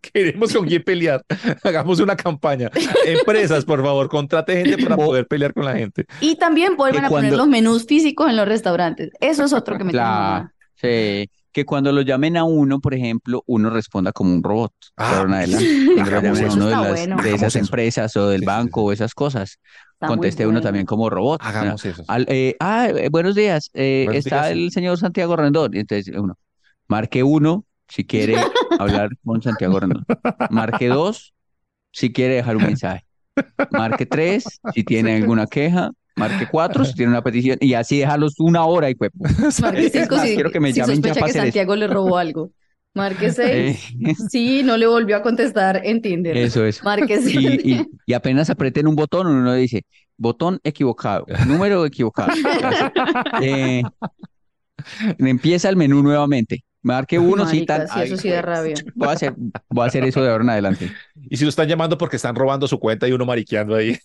S4: queremos con quién pelear. (laughs) Hagamos una campaña. Empresas, por favor, contrate gente para poder pelear con la gente.
S3: Y también vuelven
S2: Que
S3: a poner
S2: cuando-
S3: los menús físicos en los restaurantes. Eso es otro que me tiene
S2: Claro,
S3: mamada.
S2: sí, que cuando lo llamen a uno, por ejemplo, uno responda como un robot.
S4: Ah,
S2: Ahora
S4: (laughs)
S2: en adelante, cuando lo
S4: hagamos
S2: llamen a
S4: eso,
S2: uno de,
S3: está
S2: las-
S3: bueno.
S2: de
S4: Hagamos
S2: esas
S4: eso.
S2: empresas o del
S4: Sí, sí,
S2: banco o esas cosas,
S3: Está muy
S2: conteste uno
S3: bueno. (laughs)
S2: también como robot.
S4: Hagamos eso.
S2: Al- eh, ah, eh, buenos días. eh,
S4: Buenos
S2: está
S4: días.
S2: el señor Santiago Rendón. Y Entonces, uno, marque uno si quiere
S3: (laughs)
S2: hablar con Santiago Rendón. Marque dos si quiere dejar un mensaje. Marque tres si tiene alguna queja. Marque cuatro si tiene una petición. Y así dejarlos una hora y pues.
S3: Marque
S2: (laughs)
S3: cinco
S2: más,
S3: si,
S2: quiero que me
S3: si
S2: llamen ya
S3: sospecha
S2: para
S3: que
S2: hacer esto. (laughs)
S3: Santiago le robó algo. Marque seis
S2: eh,
S3: sí, no le volvió a contestar en Tinder.
S2: eso es.
S3: Marque siete. (laughs)
S2: Y, y, y apenas aprieten un botón, uno dice, botón equivocado, número
S3: (laughs)
S2: equivocado. Eh, empieza el menú nuevamente. Marque uno, citan.
S3: Marica, sí, eso
S2: Ay,
S3: sí da
S2: güey, (laughs)
S3: rabia.
S2: Voy a, hacer, voy a hacer eso de ahora en adelante.
S4: Y si lo están llamando porque están robando su cuenta y uno mariqueando ahí.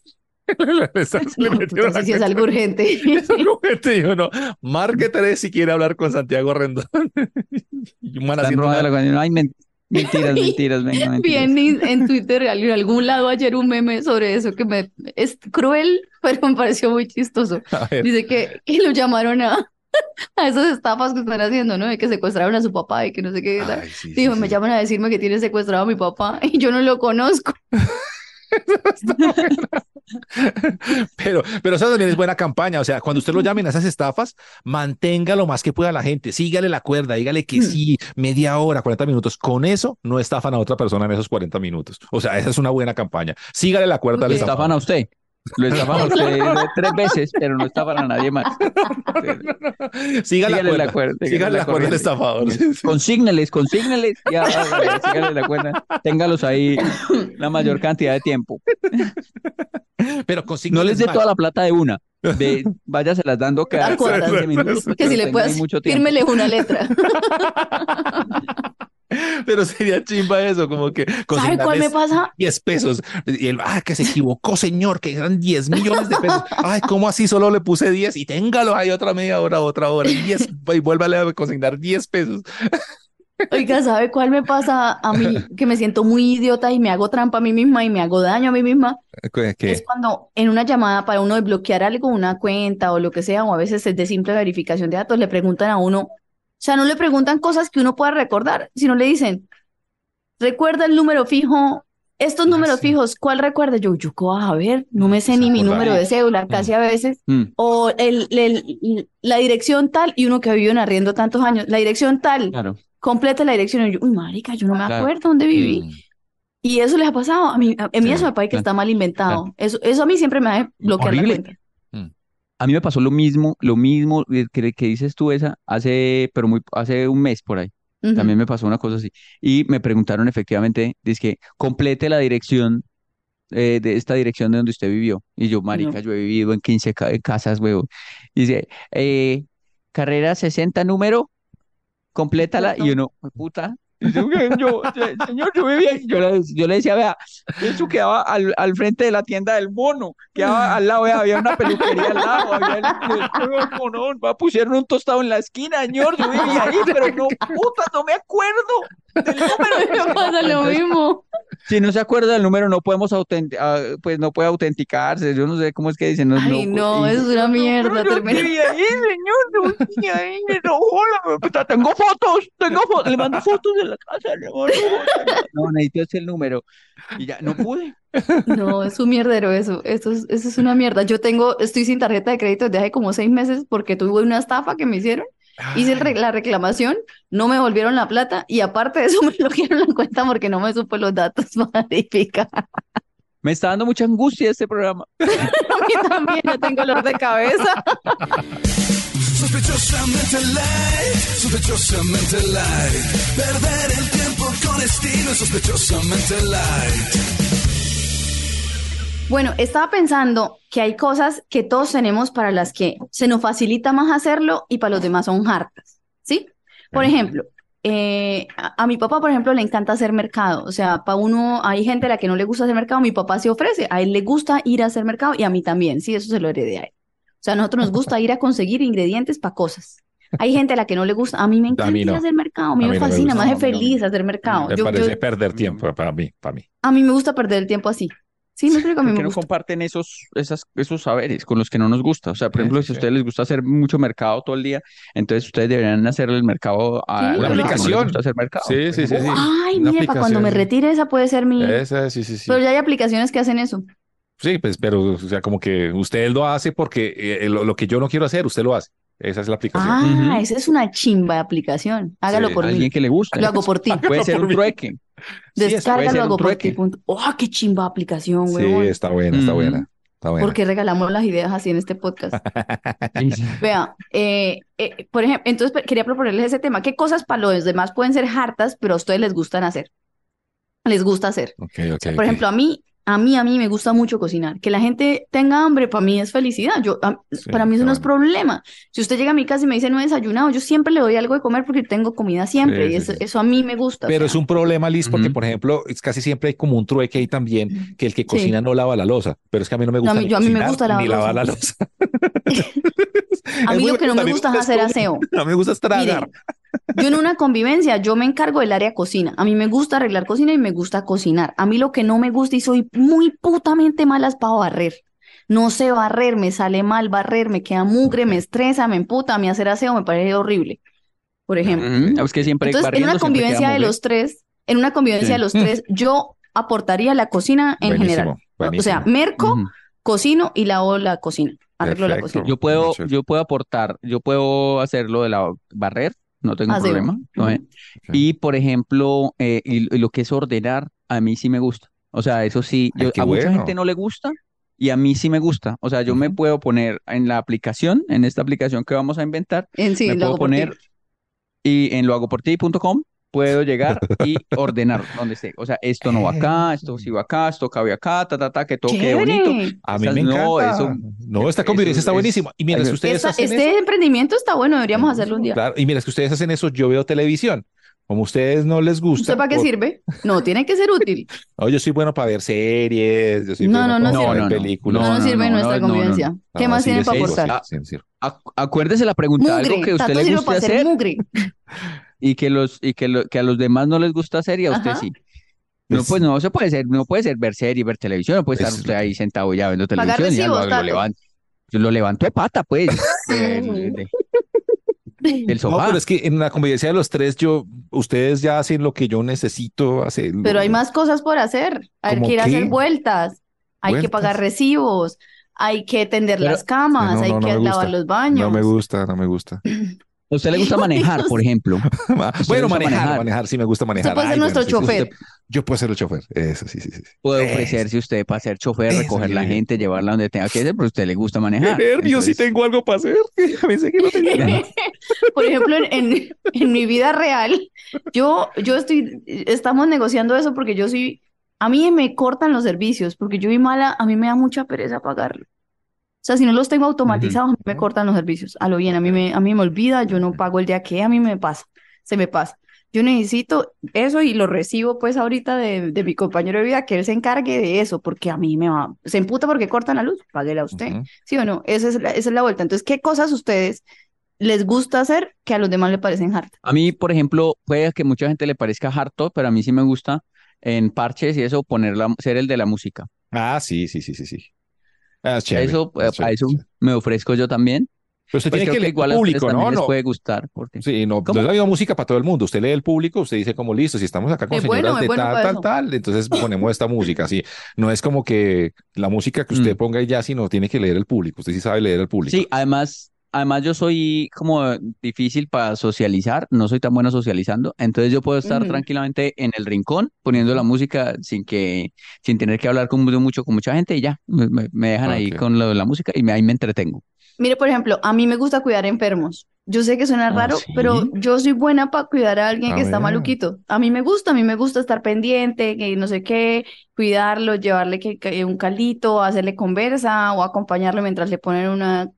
S4: (laughs) Le están- le
S3: No,
S4: metieron
S3: puta,
S4: la
S3: sí, sí es
S2: (laughs)
S4: cuenta.
S3: algo urgente.
S4: (laughs) Es algo urgente, y uno, marque tres si quiere hablar con Santiago Rendón. (laughs) Y un man
S2: Están
S4: haciendo
S2: robando
S4: una-
S2: la cuenta. Ay, men- mentiras, mentiras, venga, mentiras.
S3: Bien en, en Twitter, en algún lado ayer un meme sobre eso que me es cruel, (laughs) pero me pareció muy chistoso.
S4: A ver.
S3: Dice que, que lo llamaron a, (laughs) a esas estafas que están haciendo, ¿no? De que secuestraron a su papá y que no sé qué. tal.
S4: Ay, sí, sí,
S3: Dijo, me
S4: sí.
S3: llaman a decirme que tiene secuestrado a mi papá (laughs) y yo no lo conozco.
S4: Pero, pero eso también es buena campaña. O sea, cuando usted lo llamen a esas estafas, mantenga lo más que pueda la gente. Sígale la cuerda, dígale
S3: Hmm.
S4: que sí, media hora, 40 minutos. Con eso no estafan a otra persona en esos 40 minutos. O sea, esa es una buena campaña. Sígale la cuerda al
S2: Lo
S4: estafado.
S2: estafan a usted. Lo estafan a
S3: (laughs)
S2: usted tres veces, pero no estafan a nadie más.
S4: Sígale
S2: Sígale
S4: la
S2: la
S4: cuerda.
S2: cuerda,
S4: Sígale la cuerda al estafador.
S2: Consígneles, consígneles. Ya,
S3: (laughs)
S2: síganle la cuenta. Téngalos ahí la mayor cantidad de tiempo.
S4: (laughs) Pero
S2: No
S4: consígneles
S2: les dé
S4: más.
S2: toda la plata de una. De, váyase las dando cada
S3: (laughs) A cuotas.
S2: 15 minutos,
S3: Que
S2: pero
S3: si le
S2: tengan
S3: puedas,
S2: mucho tiempo.
S3: fírmele
S4: (laughs)
S3: una letra.
S4: Pero sería chimba eso, como que
S3: ¿Sabe cuál me
S4: consignarles
S3: pasa?
S4: 10 pesos. Y él, ah, que se equivocó, señor, que eran 10 millones de
S3: (laughs)
S4: pesos. Ay, ¿cómo así solo le puse 10?
S3: (laughs)
S4: Y téngalo ahí otra media hora, otra hora, 10, y vuélvale a consignar 10 pesos.
S3: Oiga, ¿sabe cuál me pasa a mí? Que me siento muy idiota y me hago trampa a mí misma y me hago daño a mí misma.
S4: ¿Qué?
S3: Es cuando en una llamada para uno desbloquear algo, una cuenta o lo que sea, o a veces es de simple verificación de datos, le preguntan a uno, o sea, no le preguntan cosas que uno pueda recordar, sino le dicen, recuerda el número fijo, estos números
S4: sí.
S3: fijos, ¿cuál recuerda? Yo, yo, ¿cómo vas a ver, no me sé
S4: se
S3: ni mi
S4: acordará.
S3: número de cédula, casi a veces,
S2: Mm.
S3: o el, el- la dirección tal, y uno que ha vivido en arriendo tantos años, la dirección tal,
S2: Claro.
S3: completa la dirección, y yo, uy, marica, yo no me
S2: Claro.
S3: acuerdo dónde viví.
S4: Mm.
S3: Y eso les ha pasado. A mí, a a mí
S2: Sí,
S3: eso me parece que
S2: claro,
S3: está mal inventado. Eso, eso a mí siempre me hace bloquear la
S2: Horrible.
S3: cuenta.
S2: A mí me pasó lo mismo, lo mismo de- que, que dices tú esa hace, pero muy, hace un mes por ahí.
S3: Ujú. (laughs)
S2: También me pasó una cosa así. Y me preguntaron efectivamente, dice que complete la dirección eh, de esta dirección de donde usted vivió. Y yo, marica, yo he vivido en 15 ca- casas, huevo. Dice, eh, carrera 60, número, complétala. Y uno, "Jue puta. Y yo, yo, yo- señor, yo vivía ahí". Yo le, yo le decía, vea, eso quedaba al, al frente de la tienda del mono, quedaba al lado, vea, había una peluquería al lado, había el, (laughs) el- el monón, va, pusieron un tostado en la esquina, señor, yo vivía (laughs) ahí, pero no, puta, no me acuerdo del número.
S3: Me pasa lo
S2: Entonces,
S3: mismo.
S2: si no se acuerda del número, no podemos autent- ah, pues no puede autenticarse. Yo no sé cómo es que dicen. No,
S3: Ay, no,
S2: y-
S3: es una mierda.
S2: Pero yo
S3: tremenda.
S2: vivía ahí, señor. Yo vivía ahí, no, hola, puta, tengo fotos, tengo fotos. Le mando fotos de la casa. le mando fotos. No, necesito ese número. Y ya, no pude.
S3: No, es un mierdero eso. Esto es, eso es una mierda. Yo tengo, estoy sin tarjeta de crédito desde hace como seis meses porque tuve una estafa que me hicieron. Hice el re- la reclamación, no me volvieron la plata y aparte de eso (laughs) me bloquearon la cuenta porque no me supo los datos (laughs) para verificar.
S2: Me está dando mucha angustia este programa.
S3: (laughs) A mí también, yo tengo dolor de cabeza.
S7: Sospechosamente light, sospechosamente light. Perder el tiempo con estilo, es sospechosamente light.
S3: (laughs) Bueno, estaba pensando que hay cosas que todos tenemos para las que se nos facilita más hacerlo y para los demás son hartas, ¿sí? Por ejemplo, eh, a, a mi papá, por ejemplo, le encanta hacer mercado. O sea, para uno, hay gente a la que no le gusta hacer mercado, mi papá se ofrece, a él le gusta ir a hacer mercado y a mí también, sí, eso se lo heredé a él. O sea, a nosotros nos gusta ir a conseguir ingredientes para cosas. Hay gente a la que no le gusta, a mí me encanta
S4: mí
S3: ir
S4: no.
S3: a hacer mercado, a mí
S4: A
S3: me
S4: mí no me
S3: fascina, me
S4: gusta.
S3: hace
S4: No, a mí no.
S3: feliz hacer mercado.
S4: Me
S3: Yo- yo-
S4: parece pues, perder tiempo para mí, para mí.
S3: a mí me gusta perder el tiempo así. Sí, me explico, a mí
S2: ¿Por
S3: me
S2: qué no
S3: gusta.
S2: comparten esos, esas, esos saberes con los que no nos gusta? O sea, por
S4: Sí,
S2: ejemplo,
S4: sí,
S2: si a
S4: sí.
S2: ustedes les gusta hacer mucho mercado todo el día, entonces ustedes deberían hacerle el mercado a
S3: Sí,
S2: la
S4: Una
S3: claro.
S4: aplicación.
S2: hacer mercado.
S4: Sí, sí, sí, sí.
S3: Ay,
S4: Una
S3: mira, para cuando me
S4: aplicación.
S3: retire esa puede ser mi...
S4: Esa, sí, sí, sí.
S3: Ah. Pero ya hay aplicaciones que hacen eso.
S4: Sí, pues, pero, o sea, como que usted lo hace porque eh, lo, lo que yo no quiero hacer, usted lo hace. Esa es la aplicación.
S3: Ah,
S2: Ujú.
S3: esa es una chimba de aplicación. Hágalo
S4: Sí, Ah,
S3: por mí.
S2: Alguien que le gusta.
S3: Lo hago
S4: (laughs)
S3: por ti. (laughs)
S2: Puede ser un trueque.
S4: Sí, es- puede
S3: Descárgalo,
S4: ser un
S3: hago por ti.
S4: trueque.
S3: punto. ¡Oh, qué chimba de aplicación,
S4: Sí,
S3: huevón! Mm.
S4: está buena, está
S2: Ujú.
S4: buena. Está buena.
S3: Porque regalamos las ideas así en este
S4: (laughs)
S3: podcast.
S2: Sí, sí.
S3: Vea, eh, eh, por ejemplo, entonces pe- quería proponerles ese tema. ¿Qué cosas para los demás pueden ser hartas, pero a ustedes les gustan hacer? Les gusta hacer.
S4: Ok, ok,
S3: sea,
S4: ok.
S3: por ejemplo, a mí, a mí, a mí me gusta mucho cocinar. Que la gente tenga hambre, para mí es felicidad. Yo, a-
S4: Sí,
S3: para mí eso
S4: qué
S3: no es
S4: bueno.
S3: problema. Si usted llega a mi casa y me dice no he desayunado, yo siempre le doy algo de comer porque tengo comida
S4: Sí,
S3: siempre. y
S4: sí,
S3: eso,
S4: sí.
S3: eso a mí me gusta. o
S4: Pero
S3: sea.
S4: es un problema, Liz, porque,
S2: Ujú.
S4: por ejemplo, es casi siempre hay como un trueque ahí también, que el que cocina no lava la losa. Pero es que a mí no me
S3: Mm. No, a
S4: gusta
S3: mí-
S4: ni
S3: yo a mí me
S4: cocinar
S3: gusta lavar
S4: ni lavar la losa. (laughs)
S3: a
S4: Es
S3: mí
S4: muy
S3: lo que no
S4: bueno, a
S3: me
S4: mí
S3: gusta es hacer
S4: comer,
S3: aseo.
S4: No me gusta es tragar.
S3: Miren, yo en una convivencia, yo me encargo del área cocina. A mí me gusta arreglar cocina y me gusta cocinar. A mí lo que no me gusta y soy muy putamente malas para barrer. No sé barrer, me sale mal barrer, me queda mugre, me estresa, me emputa, a mí hacer aseo me parece horrible. Por ejemplo.
S2: Ujú, Es que siempre
S3: Entonces, en una
S2: barriendo siempre
S3: convivencia
S2: queda
S3: de
S2: mugre.
S3: los tres, en una convivencia
S2: Sí.
S3: de los tres, yo aportaría la cocina en
S4: Buenísimo,
S3: general. O sea,
S4: buenísimo.
S3: merco,
S2: Ujú.
S3: cocino y lavo la cocina. Arreglo la
S4: Perfecto.
S3: cocina.
S2: Yo puedo,
S4: Mucho.
S2: yo puedo aportar, yo puedo hacerlo de la barrer, no tengo
S3: Aseo.
S2: problema. ¿no?
S3: Ujú.
S2: Eh, Y por ejemplo, eh, y, y lo que es ordenar, a mí sí me gusta. O sea, eso sí,
S4: Ay,
S2: yo-
S4: qué
S2: a mucha
S4: bueno.
S2: gente no le gusta y a mí sí me gusta. O sea, yo me puedo poner en la aplicación, en esta aplicación que vamos a inventar,
S3: En sí,
S2: me
S3: lo
S2: puedo
S3: hago por ti.
S2: poner y en lohagoporti.com puedo llegar
S4: (laughs)
S2: y ordenar donde esté. O sea, esto no va
S4: Eh,
S2: acá, esto sí va acá, esto cabe acá, ta, ta, ta, que todo quede bonito.
S3: Chévere.
S4: A mí
S2: Esas-
S4: me encanta.
S2: no, eso-
S4: no, esta
S2: eso
S4: convivencia está
S2: es-
S4: buenísima. Y mira,
S2: Ay,
S4: si ustedes
S3: Esta-
S4: hacen
S3: este
S4: eso, Mm,
S3: emprendimiento está bueno, deberíamos hacerlo un día.
S4: claro, y mira, es que ustedes hacen eso, yo veo televisión. Como a ustedes no les gusta.
S3: ¿Usted para qué
S4: por-
S3: sirve? No, tiene que ser
S4: (laughs)
S3: útil.
S4: No, yo soy bueno para ver series, yo soy
S3: No,
S4: bueno
S3: no,
S4: para
S3: no
S4: ver
S2: sirve.
S4: películas.
S3: No,
S2: No,
S3: nos
S2: no,
S3: sirve
S2: no,
S3: nuestra
S2: no, no, no.
S3: convivencia. ¿Qué
S4: No,
S3: más
S4: sí,
S3: tiene
S4: les
S3: para
S4: sirvo,
S3: aportar?
S4: sí, sí, les sirvo.
S2: Ac- acuérdese la pregunta, algo
S3: Mugre,
S2: que a usted
S3: tanto
S2: le
S3: sirve
S2: guste
S3: para hacer
S2: hacer.
S3: mugre.
S2: y que los y que, lo- que a los demás no les gusta hacer y a usted
S3: Ajá.
S2: sí. No,
S4: Pues-
S2: pues no se puede ser, no puede ser ver serie, ver televisión, no puede estar
S4: Es-
S2: usted ahí sentado ya viendo
S3: Pagar
S2: televisión y ya lo,
S3: recibos,
S2: lo
S3: dale.
S2: levanto. Lo levanto de pata,
S3: (laughs)
S2: pues. del, de- del
S4: No,
S2: sofá.
S4: pero es que en la convivencia de los tres, yo, ustedes ya hacen lo que yo necesito hacer.
S3: Pero hay más cosas por hacer. Hay
S4: ¿Cómo
S3: que ir a
S4: qué?
S3: hacer vueltas, hay que
S4: Vueltas.
S3: pagar recibos, hay que tender
S2: Pero-
S3: las camas,
S4: No,
S3: hay
S4: no, no
S3: que
S4: me
S3: lavar
S4: gusta. No
S3: los
S4: me
S3: baños.
S4: gusta, no me (laughs) gusta.
S2: ¿A usted le
S3: (laughs)
S2: gusta manejar, por ejemplo?
S4: bueno, manejar,
S2: manejar.
S4: manejar, sí me gusta manejar.
S3: Usted puede ser
S4: Ay,
S3: nuestro
S4: bueno, sí, sí,
S3: chofer.
S4: usted- yo puedo ser el chofer. Eso, sí, sí, sí.
S2: Puede
S4: Eso.
S2: ofrecerse usted para ser chofer,
S4: Eso,
S2: recoger
S4: yo
S2: la
S4: digo.
S2: gente, llevarla donde tenga que ir, pero a usted le gusta manejar.
S4: Qué nervios, sí
S2: Entonces,
S4: tengo algo para hacer. (laughs) A veces que no tengo.
S3: Por ejemplo, en, en- en mi vida real, yo, yo estoy, estamos negociando eso porque yo soy, a mí me cortan los servicios, porque yo soy mala, a mí me da mucha pereza pagarlo. O sea, si no los tengo automatizados, a mí me cortan los servicios. A lo bien, a mí me, a mí me olvida, yo no pago el día que, a mí me pasa, se me pasa. Yo necesito eso y lo recibo pues ahorita de, de mi compañero de vida, que él se encargue de eso, porque a mí me va, se emputa porque cortan la luz, páguela usted.
S4: Ujú.
S3: ¿Sí o no? Esa es la, esa es la vuelta. Entonces, ¿qué cosas ustedes les gusta hacer que a los demás le parecen hartas?
S2: A mí, por ejemplo, puede que mucha gente le parezca harto, pero a mí sí me gusta en parches y eso poner la, ser el de la música.
S4: Ah, sí, sí, sí, sí, sí. Ah, es chévere,
S2: Eso,
S4: es
S2: eh, a
S4: chévere,
S2: eso
S4: chévere.
S2: me ofrezco yo también.
S4: Pero usted
S2: Pues
S4: tiene
S2: creo
S4: que leer
S2: igual
S4: el
S2: a ustedes
S4: público,
S2: también
S4: ¿no?
S2: les
S4: No,
S2: puede gustar porque
S4: Sí, no,
S2: ¿Cómo?
S4: no es la misma música para todo el mundo. Usted lee el público, usted dice como listo, si estamos acá con
S3: Es
S4: señoras
S3: bueno, es
S4: de
S3: bueno pues
S4: tal,
S3: para
S4: tal,
S3: eso.
S4: tal, entonces ponemos esta música, sí. No es como que la música que usted
S2: Mm.
S4: ponga y ya, sino tiene que leer el público. Usted sí sabe leer el público.
S2: Sí, además, además yo soy como eh, difícil para socializar, no soy tan bueno socializando, entonces yo puedo estar
S3: Ujú.
S2: tranquilamente en el rincón poniendo la música sin que, sin tener que hablar con mu- mucho con mucha gente y ya, me, me- me dejan ahí
S4: Ok.
S2: con lo de la música y me- ahí me entretengo.
S3: Mire, por ejemplo, a mí me gusta cuidar enfermos. Yo sé que suena
S2: Ah,
S3: raro,
S2: ¿sí?
S3: pero yo soy buena para cuidar a alguien
S4: Ah,
S3: que está
S4: vea.
S3: maluquito. A mí me gusta, a mí me gusta estar pendiente, que no sé qué, cuidarlo, llevarle que, que un calito, hacerle conversa o acompañarlo mientras le ponen una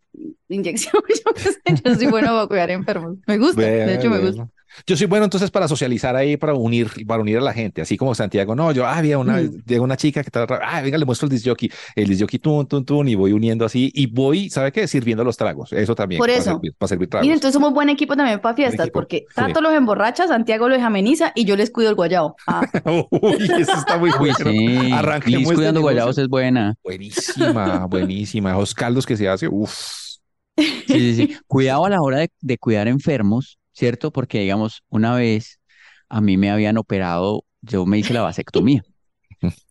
S3: inyección. (laughs) Yo qué sé, yo soy buena para cuidar enfermos. Me gusta, de hecho me
S4: Bueno,
S3: gusta.
S4: Yo soy bueno entonces para socializar ahí, para unir, para unir a la gente, así como Santiago. No, yo, ah, había una,
S3: Mm.
S4: llega una chica que está, ah, venga, le muestro el disjockey, el disjockey, tun, tun, tun, y voy uniendo así, y voy, ¿sabe qué? Sirviendo los tragos, eso también,
S3: Por
S4: para
S3: eso.
S4: servir, para servir
S3: Mira,
S4: tragos.
S3: entonces somos buen equipo también para fiestas,
S4: equipo.
S3: porque
S4: Sí.
S3: Tato los emborracha, Santiago los ameniza y yo les cuido
S4: (laughs)
S3: el guayao. Ah,
S4: (laughs) Uy, eso está
S3: (laughs)
S4: muy
S2: Uy,
S4: bueno.
S2: sí,
S4: Arranquemos
S2: Liz
S4: este
S2: cuidando guayabos
S4: negocio.
S2: es buena. (laughs)
S4: Buenísima, buenísima. Los caldos que se hace, uff.
S2: Sí, sí, sí. Cuidado a la hora de, de cuidar enfermos, ¿cierto? Porque, digamos, una vez a mí me habían operado, yo me hice la vasectomía.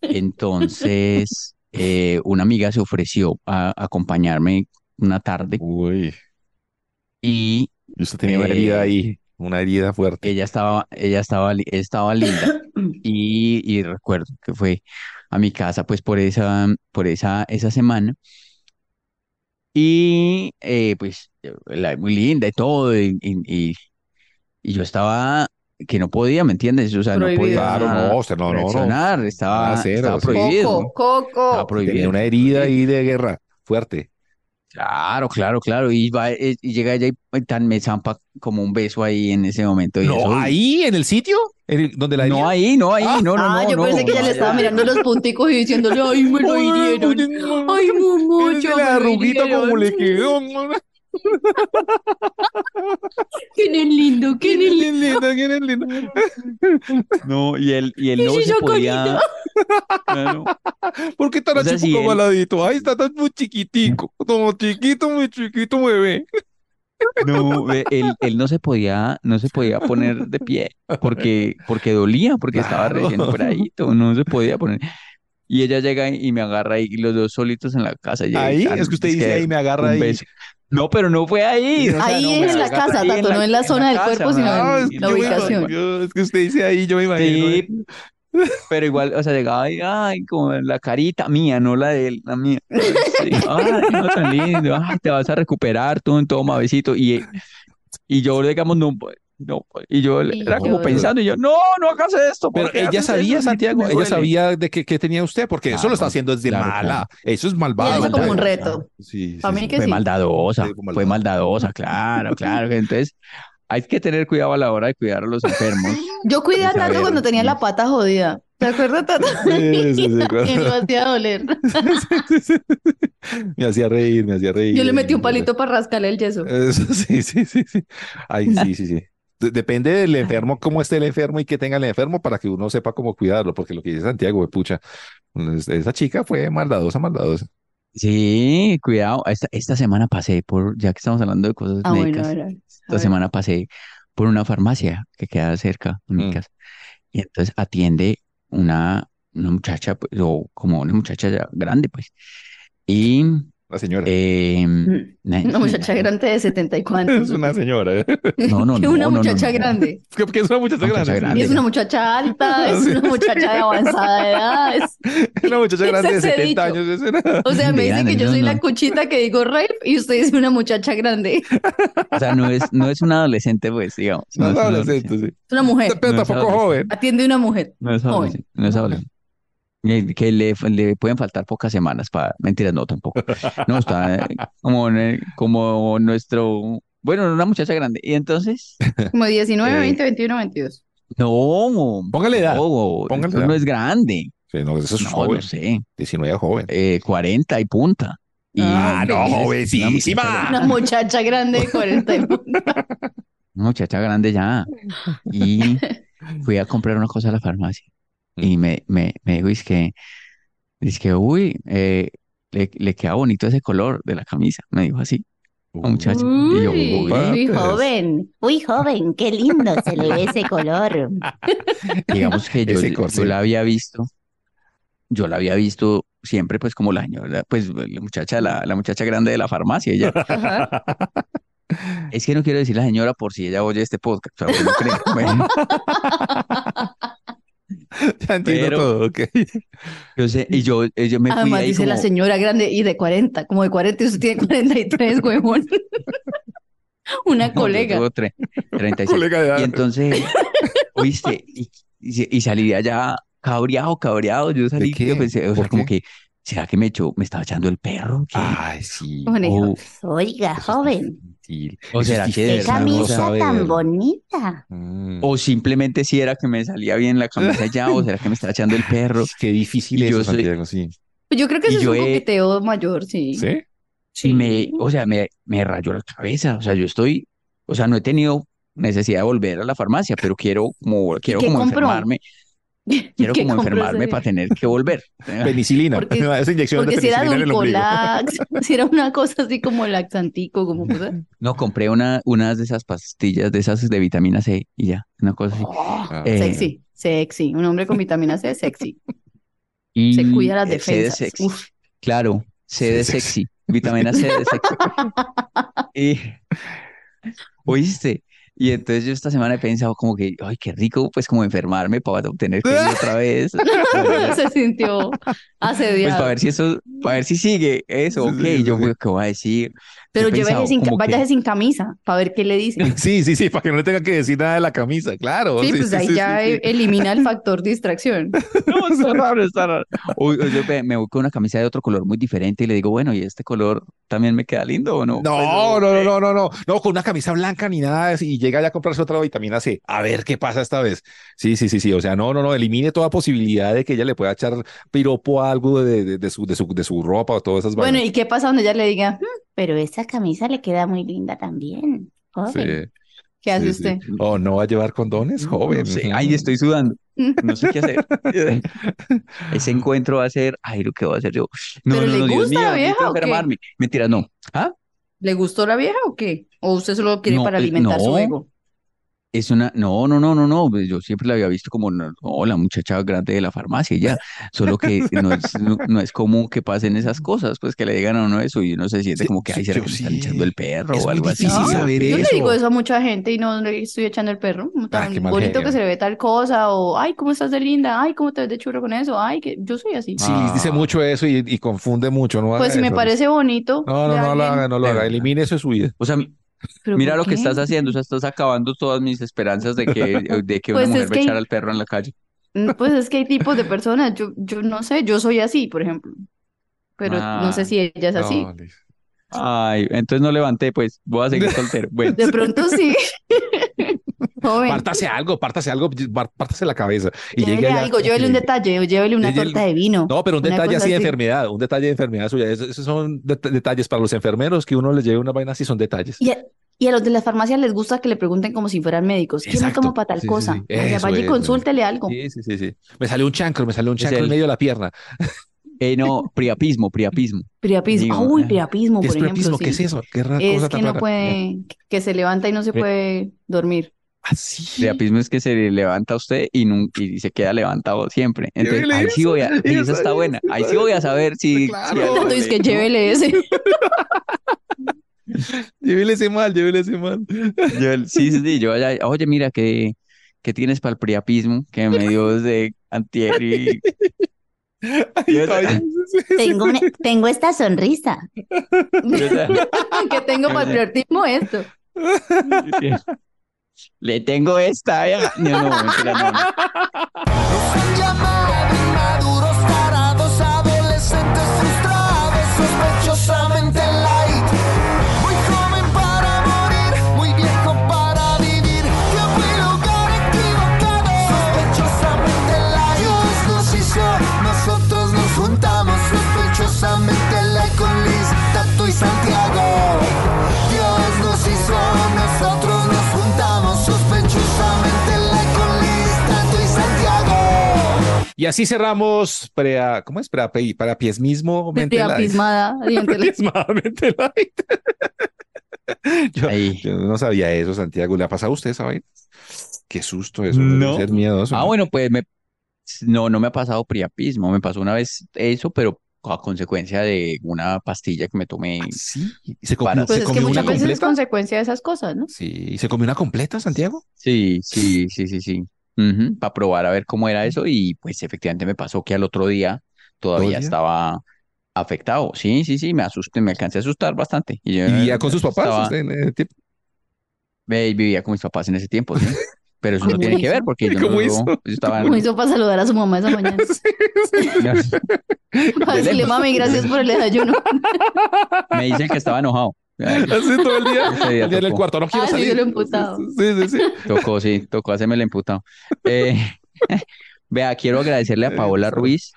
S2: Entonces, eh, una amiga se ofreció a acompañarme una tarde
S4: Uy,
S2: y
S4: y usted tenía una
S2: Eh,
S4: herida ahí, una herida fuerte.
S2: ella estaba, ella estaba, li- estaba linda.
S3: (coughs)
S2: Y, y recuerdo que fue a mi casa, pues por esa, por esa, esa semana. Y eh, pues la- muy linda y todo. Y, y, y- y yo estaba que no podía, ¿me entiendes? O sea, no
S3: Prohibido.
S2: podía
S4: Claro, no, usted no, no, no.
S2: reaccionar, estaba,
S4: Nada, cero,
S2: estaba
S4: Pues sí. Ah,
S2: prohibido.
S3: Coco, Coco.
S2: Estaba
S4: Tenía
S2: prohibido.
S4: una herida ahí de guerra, fuerte.
S2: Claro, claro, claro. Y, va, eh, y llega ella y tan me zampa como un beso ahí en ese momento. Y eso,
S4: No,
S2: uy,
S4: ahí en el sitio, en el- donde la
S2: No
S4: herida.
S2: ahí, no ahí,
S4: Ah,
S2: no, no,
S3: ah,
S2: no,
S3: yo
S2: no,
S3: pensé que ella
S2: no,
S3: le estaba
S2: no.
S3: mirando los punticos y diciéndole, ay, me lo hirieron. Ay,
S4: Miren
S3: momocho,
S4: la
S3: me lo
S4: arruguita como le
S3: hirieron.
S4: quedó.
S3: Qué lindo, qué
S4: Miren,
S3: lindo.
S4: linda, miren, linda.
S2: No, y él, y él
S3: Y
S2: no
S3: si
S2: se
S3: yo
S2: podía. Claro.
S4: ¿Por qué tan
S2: O sea,
S4: así
S2: si
S4: poco
S2: él-
S4: baladito? Ahí está tan muy chiquitico. Como chiquito, muy chiquito, bebé.
S2: No, ve, él, él no se podía, no se podía poner de pie porque, porque dolía, porque estaba
S4: Claro.
S2: recién operadito, no se podía poner. Y ella llega y me agarra ahí, y los dos solitos en la casa. llega y
S4: Ahí
S2: tan-
S4: es que usted
S2: es
S4: dice,
S2: que
S4: ahí me agarra
S2: un
S4: ahí.
S2: beso. No, pero no fue ahí. o sea,
S3: Ahí
S2: no,
S3: es
S2: me
S3: en la
S2: agarra
S3: casa,
S2: ahí
S3: Tato, no en la zona del cuerpo,
S2: me
S3: sino en
S2: agarra.
S4: Ah,
S3: la
S4: es que yo me
S3: ubicación.
S4: imagino, es que usted dice ahí, yo me imagino. ¿eh?
S2: Sí, pero igual, o sea, llegaba y, ay, como la carita mía, no la de él, la mía. Sí, ay, no, tan lindo, ay, te vas a recuperar, tú, toma, besito. Y, él- y yo, digamos, no, pues, no, pues, y yo
S3: Y
S2: era como
S3: yo-
S2: pensando, y yo, no, no hagas esto,
S4: Pero
S2: porque
S4: ella sabía, Santiago, ella sabía de qué, qué tenía usted, porque eso lo está
S2: Claro,
S4: haciendo desde
S2: claro,
S4: mala. Eso es
S3: Y
S4: malvado.
S3: eso como un
S2: Claro.
S3: reto.
S4: Sí, sí,
S3: Para
S4: sí. pues
S3: mí que
S2: Fue
S3: sí.
S2: maldadosa,
S4: Sí, fue
S2: fue maldadosa, claro, claro. Entonces, hay que tener cuidado a la hora de cuidar a los
S3: (laughs)
S2: enfermos.
S3: Yo cuidé a
S2: Pues, a
S3: Tato
S2: ver,
S3: cuando tenía la pata jodida. ¿Te acuerdas,
S4: Sí,
S3: Tato? (laughs)
S4: sí, sí,
S3: Y lo
S4: claro.
S3: hacía doler.
S4: Me hacía reír, me hacía reír. pues. (laughs)
S3: Yo le metí un palito para rascarle el yeso.
S4: Eso, sí, sí, sí, sí. Ay, sí, sí, sí. de- depende del enfermo, cómo esté el enfermo y qué tenga el enfermo para que uno sepa cómo cuidarlo, porque lo que dice Santiago, pucha, es- esa chica fue maldadosa, maldadosa.
S2: Sí, cuidado. Esta, esta semana pasé por, ya que estamos hablando de cosas
S3: Ah, bueno,
S2: médicas,
S3: a ver, a ver. A
S2: esta
S3: ver.
S2: semana pasé por una farmacia que queda cerca de mi
S4: Mm.
S2: casa. Y entonces atiende una, una muchacha, pues, o como una muchacha ya grande, pues. Y
S4: Una señora.
S2: eh,
S3: Mm.
S2: na-
S3: (laughs) Una muchacha grande de 70 y cuantos.
S4: Es (laughs) una señora. Es
S2: No, no,
S3: (laughs) Que
S2: no,
S3: una
S2: no, no,
S3: muchacha
S2: no.
S3: grande.
S4: que- que es una muchacha
S2: Una muchacha
S4: grande.
S2: grande.
S3: Y es una muchacha alta,
S2: (laughs)
S3: es una muchacha de avanzada edad. es-
S4: Una muchacha
S3: Ese
S4: grande de
S3: es el
S4: 70
S3: dicho.
S4: años. es una-
S3: O sea, me dicen
S2: Diana,
S3: que yo
S2: no,
S3: soy la
S2: no.
S3: cuchita que digo rape y usted es una muchacha grande. Es
S2: O sea, no es, no es una adolescente, pues, digamos.
S4: No,
S2: No es
S4: es
S2: una
S4: adolescente, sí.
S3: una mujer.
S4: Pero
S2: No es
S4: tampoco
S2: adolescente.
S4: joven.
S3: Atiende una mujer.
S2: No es
S3: Joven.
S2: adolescente, no es adolescente. Eh, Que le, le pueden faltar pocas semanas para... Mentiras, no, tampoco. No, está eh, como, en el- como nuestro... Bueno, una muchacha grande. Y entonces...
S3: Como 19,
S2: Eh,
S3: 20, 21, 22.
S2: No,
S4: Póngale edad.
S2: no,
S4: póngale
S2: eso
S4: edad.
S2: no es grande.
S4: Sí, no, eso es
S2: No,
S4: joven.
S2: no sé.
S4: 19 es joven.
S2: eh, 40 y punta. Y
S4: Ah, no,
S2: entonces, una muchacha
S4: jovencísima.
S2: grande-
S3: Una muchacha grande de
S2: (laughs)
S3: 40 y
S2: Una muchacha grande ya. Y fui a comprar una cosa a la farmacia.
S4: Mm.
S2: Y me, me, me dijo, es que, es que, uy, eh, le, le queda bonito ese color de la camisa. Me dijo así, la muchacha. Y yo,
S3: Uy,
S2: uy,
S3: uy,
S4: pues.
S3: joven.
S8: Uy, joven, qué lindo se le ve ese color.
S2: digamos que yo,
S4: Ese
S2: yo
S4: corcel.
S2: la había visto, yo la había visto siempre, pues, como la señora, pues, la muchacha, la, la muchacha grande de la
S4: (laughs)
S2: farmacia, ella. Es que no quiero decir la señora por si ella oye este podcast. o sea, bueno, creo, (laughs) bueno,
S4: Ya entiendo
S2: Pero-
S4: todo, ok.
S2: yo sé, y yo, eh, yo me fui
S3: Además
S2: ahí
S3: dice la
S2: como-
S3: señora grande y de 40, como de 40 y usted tiene
S2: (laughs)
S3: 43, huevón. Una
S2: No, yo
S3: colega.
S2: tengo tre- 36.
S4: Colega de edad.
S2: Y entonces, oíste, y, y- y salí de allá cabreado, cabreado. Yo salí,
S4: qué?
S2: yo pensé, o sea,
S4: ¿Por
S2: como
S4: qué? Ah,
S2: que, ¿será que me echó, me estaba echando el perro? ¿Qué?
S4: Ay, sí.
S3: Conejo.
S2: O-
S8: Oiga, joven,
S4: Sí. Eso
S2: O
S4: es
S2: será que de
S8: qué
S4: difícil,
S2: verdad
S4: uno
S2: no
S8: camisa
S4: sabe
S8: tan
S4: verlo.
S8: bonita.
S4: Mm.
S2: o simplemente si era que me salía bien la camisa ya, o será que me estaba echando el
S3: (laughs)
S2: perro.
S4: Qué difícil
S2: Y
S4: es
S2: yo
S4: eso,
S2: soy-
S4: Santiago, sí.
S3: Pues yo creo que
S2: Y
S3: eso es
S2: yo
S3: un
S2: he-
S3: coqueteo mayor, sí. (laughs)
S4: ¿Sí?
S2: Y me, o sea, me, me rayó la cabeza. O sea, yo estoy, o sea, no he tenido necesidad de volver a la farmacia, pero quiero como, quiero
S3: qué
S2: como
S3: compró?
S2: enfermarme, quiero
S3: ¿Qué
S2: como
S3: compró
S2: enfermarme
S3: ese?
S2: para tener que
S3: (laughs)
S2: volver.
S4: Penicilina.
S3: Porque-
S4: (laughs) Esa inyección de
S3: Porque si era
S4: penicilina en el ombligo.
S3: Dulcolax, (laughs) si era una cosa así como laxantico,
S2: (laughs)
S3: como cosa.
S2: (laughs) No, compré una, unas de esas pastillas, de esas de vitamina C y ya, una cosa así.
S3: Oh,
S4: Ah.
S2: Eh,
S3: sexy, sexy. Un hombre con vitamina C, sexy.
S2: Y
S3: Se cuida las
S2: eh, C de
S3: defensas.
S2: sexy.
S3: Uf. (laughs)
S2: Claro, C de sexy, vitamina C de sexy. Y, ¿oíste? Y entonces yo esta semana he pensado como que, ay, qué rico, pues como enfermarme para obtener que ir otra vez.
S3: Se sintió
S2: Pues
S3: asediado.
S2: para ver si eso, para ver si sigue eso,
S4: Sí,
S2: ok,
S4: sí, sí,
S2: yo
S4: sí.
S2: güey, qué voy a decir. Yo
S3: Pero
S2: he
S3: llévese
S2: pensado
S3: sin, ca-
S2: como que-
S3: váyase sin camisa para ver qué le dicen.
S4: Sí, sí, sí, para que no le tenga que decir nada de la camisa, claro.
S3: Sí, pues ahí
S4: sí,
S3: ya
S4: sí, sí.
S3: e- elimina el factor distracción.
S2: (laughs) No, está raro, está raro. O- o yo me, me voy con una camisa de otro color muy diferente y le digo, bueno, ¿y este color también me queda lindo o no?
S3: pues,
S4: No, no,
S3: eh,
S4: no, no, no, no, no, con una camisa blanca ni nada de eso, y llega ya a comprarse otra vitamina C. A ver qué pasa esta vez. Sí, sí, sí, sí. O sea, no, no, no, elimine toda posibilidad de que ella le pueda echar piropo a algo de, de- de su, de, su, de su ropa o todas esas
S3: Bueno,
S4: vainas.
S3: ¿y qué pasa cuando ella le diga? "Mm",
S8: Pero esa camisa le queda muy linda también, joven.
S4: Sí,
S3: ¿Qué
S4: sí,
S3: hace
S4: sí.
S3: usted?
S4: O no va a llevar condones, joven.
S2: No sé, Ay, estoy
S3: (laughs)
S2: sudando. No sé qué hacer.
S4: (laughs)
S2: Ese encuentro va a ser, ay, lo que voy a hacer yo. No,
S3: ¿Pero
S2: no,
S3: le
S2: no, Dios
S3: gusta
S2: mío,
S3: la
S2: necesito
S3: vieja o qué?
S2: enfermarme. Mentira, no. ¿Ah?
S3: ¿Le gustó la vieja o qué? ¿O usted solo quiere
S2: No,
S3: para
S2: eh,
S3: alimentar su
S2: no.
S3: ego?
S2: Es una, no, no, no, no, no. pues Yo siempre la había visto como no, no, la muchacha grande de la farmacia, y ya.
S4: (laughs)
S2: Solo que no es, no, no es común que pasen esas cosas, pues que le digan a uno eso y uno se siente
S4: Sí,
S2: como que, ay,
S4: sí,
S2: será
S4: yo
S2: que me están
S4: sí.
S2: echando el perro
S4: Es
S2: o
S4: muy
S2: algo así.
S4: difícil
S2: ¿no?
S4: saber
S3: Yo le
S4: eso.
S3: digo eso a mucha gente y no le estoy echando el perro. como Tan
S4: qué mal
S3: bonito
S4: genio.
S3: que se le ve tal cosa, o ay, ¿cómo estás de linda? Ay, ¿cómo te ves de churro con eso? Ay, que yo soy así. Ah.
S4: Sí, dice mucho eso y, y confunde mucho, ¿no?
S3: Pues
S4: haga
S3: si me
S4: eso.
S3: parece bonito
S4: No, no,
S3: de
S4: no lo
S3: alguien,
S4: haga, no lo
S2: De
S4: haga.
S2: verdad.
S4: Elimine eso de su vida.
S2: O sea,
S3: ¿pero
S2: mira
S3: por
S2: lo que
S3: qué?
S2: estás haciendo, o sea, estás acabando todas mis esperanzas de
S4: (laughs)
S2: que, de que una
S3: Pues es
S2: mujer va a
S3: que-
S2: echar al perro en la calle.
S3: Mm, Pues
S4: (laughs)
S3: es que hay tipos de personas. Yo, yo no sé, yo soy así, por ejemplo. Pero no sé
S2: Ah,
S3: si ella es así.
S4: No, listo.
S6: (laughs)
S4: (laughs)
S2: Ay, entonces no levanté, pues voy a seguir soltero. Bueno,
S3: De pronto sí. (laughs) Joven.
S4: Pártase algo, pártase algo, par- pártase la cabeza. Y
S3: Llévele
S4: llegue allá,
S3: algo, llévele un
S4: eh,
S3: detalle, o llévele una
S4: llévele-
S3: torta de vino.
S4: No, pero un
S3: una
S4: detalle
S3: cosa
S4: así de enfermedad, un detalle de enfermedad suya. Eso- Esos son det- detalles para los enfermeros que uno les lleve una vaina así, son detalles.
S3: Y a, y a los de las farmacias les gusta que le pregunten como si fueran médicos. ¿Quién me
S4: Exacto.
S3: como para tal
S4: Sí, sí,
S3: cosa?
S4: sí.
S3: O sea,
S4: Eso
S3: vaya y
S4: es,
S3: consúltele algo.
S4: Sí, sí, sí, sí. Me salió un chancro, me salió un
S2: Es
S4: chancro
S2: el-
S4: en medio de la pierna.
S2: Eh, no, priapismo, priapismo.
S3: Priapismo.
S2: Digo,
S3: Ah, uy,
S2: eh,
S3: priapismo,
S4: ¿Qué es
S3: por ejemplo.
S4: priapismo?
S3: sí.
S4: ¿Qué es eso? ¿Qué rara
S3: Es
S4: cosa tan
S3: que no
S4: rara?
S3: puede, que se levanta y no se
S2: Pri-
S3: puede dormir.
S4: Ah, Así.
S2: Priapismo es que se le levanta a usted y, nun- y se queda levantado siempre. Entonces,
S6: Llévele
S2: ahí sí
S6: eso,
S2: voy a, y
S6: eso,
S2: esa está
S6: eso,
S2: buena. Ahí sí
S6: eso. Pues
S2: voy a saber si, si
S6: Claro.
S3: Tanto es que
S4: (laughs)
S3: llévele ese.
S4: Llévele ese mal, llévele ese mal.
S2: Yo, el- sí, sí, sí, yo allá, oye, mira, que tienes para el priapismo? Que me dio
S6: (laughs)
S2: desde antier y... Yo esa-
S8: Tengo, una- tengo esta sonrisa.
S2: yo esa-
S3: que tengo para el
S4: (laughs)
S3: prioritismo esto.
S2: Le tengo esta, ya. No, no, mentira, no, no.
S7: Maduros, tarados, adolescentes frustrados, sospechosamente light. Muy joven para morir, muy viejo para vivir. Yo fui lugar equivocado, sospechosamente light. Dios nos hizo, nosotros nos juntamos, sospechosamente light con Liz, Tato y Santiago. Dios nos hizo, nosotros nos juntamos, sospechosamente light con Liz, Tato y Santiago.
S4: Y así cerramos para, ¿cómo es? Para, para pies mismo, mente light.
S3: Priapismada. diente
S4: (laughs)
S3: light.
S4: Priapismadamente light. Yo,
S2: Ahí.
S4: yo no sabía eso, Santiago. ¿Le ha pasado a usted esa vaina? Qué susto eso. debe
S2: No.
S4: ser miedoso.
S2: Ah,
S4: ¿no?
S2: bueno, pues me... No, no me ha pasado priapismo. Me pasó una vez eso, pero a consecuencia de una pastilla que me tomé.
S4: Ah, Sí. ¿Y se comió,
S2: Para-
S4: se
S2: Pues
S3: Pues es que
S4: comió una
S3: muchas veces es
S4: completa?
S3: consecuencia de esas cosas, ¿no?
S4: Sí. ¿Y se comió una completa, Santiago?
S2: Sí, sí, sí, sí, sí. Para probar a ver cómo era eso y pues efectivamente me pasó que al otro día todavía
S4: ¿Todavía?
S2: estaba afectado. Sí, sí, sí, me asusté, me alcancé a asustar bastante. Y yo,
S4: ¿Y vivía con sus papás?
S2: estaba-
S4: usted en ese tiempo?
S2: ve, vivía con mis papás en ese tiempo,
S4: (laughs)
S2: sí. Pero eso no
S3: ¿Cómo
S2: tiene que
S3: hizo?
S2: ver porque yo no
S4: ¿Cómo
S2: lo-
S4: hizo?
S2: yo estaba
S3: Como hizo para saludar a su mamá
S4: (laughs)
S3: esa mañana. Para decirle, mami, gracias por
S4: (laughs)
S3: el desayuno.
S2: (laughs) me dicen que estaba enojado. Ay,
S4: Así todo el día. (laughs)
S2: Ese día
S4: el día en el
S2: tocó.
S4: cuarto. No quiero
S3: Ah, sí,
S4: salir.
S3: yo lo he emputado.
S4: Sí, sí, sí.
S2: Tocó, sí, tocó hacerme el emputado. Eh, (laughs) vea, quiero agradecerle a
S4: Eh,
S2: Paola
S4: sorry.
S2: Ruiz.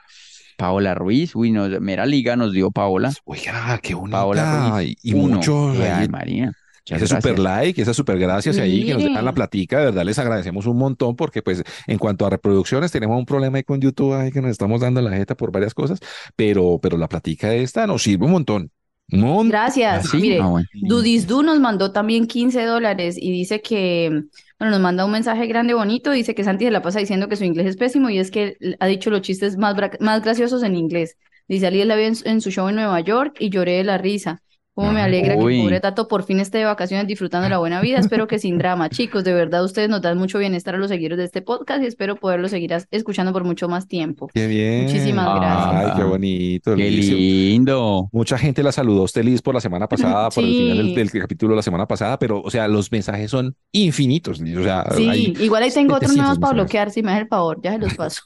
S2: Paola Ruiz, uy, nos, mera liga nos dio Paola.
S4: Oiga, qué bonita.
S2: Paola Ruiz,
S4: y y
S2: uno.
S4: mucho.
S2: Eh,
S4: ahí
S2: ay, María. muchas
S4: Ese
S2: gracias.
S4: super like, esas super gracias ahí que nos dejan la
S3: Mire.
S4: platica, de verdad les agradecemos un montón porque pues en cuanto a reproducciones tenemos un problema ahí con YouTube ahí que nos estamos dando la jeta por varias cosas, pero pero la platica esta nos sirve un montón. Un montón.
S2: ¿Ah,
S3: Gracias.
S2: sí?
S3: Mire,
S2: Ah, bueno.
S3: Dudisdu nos mandó también 15 dólares y dice que, bueno, nos manda un mensaje grande bonito, dice que Santi se la pasa diciendo que su inglés es pésimo y es que él ha dicho los chistes más, bra- más graciosos en inglés. Dice, Ali la vi en, en su show en Nueva York y lloré de la risa. Cómo me
S4: Ah,
S3: alegra que
S2: uy.
S3: el pobre Tato por fin esté de vacaciones disfrutando de la buena vida. Espero que
S4: (laughs)
S3: sin drama. Chicos, de verdad ustedes nos dan mucho bienestar a los seguidores de este podcast y espero poderlo seguir as- escuchando por mucho más tiempo.
S4: Qué bien.
S3: Muchísimas
S2: gracias.
S4: Eh, Ay, qué bonito.
S2: Qué
S4: Liz.
S2: lindo.
S4: Mucha gente la saludó a usted, Liz, por la
S3: (laughs)
S4: semana pasada, por el
S3: Sí.
S4: final del, del capítulo de la semana pasada, pero, o sea, los mensajes son infinitos, Liz, O sea,
S3: Sí,
S4: hay-
S3: igual ahí tengo otros
S4: 700
S3: nuevos
S4: mensajes.
S3: para bloquear, si me hace el favor, ya se los paso.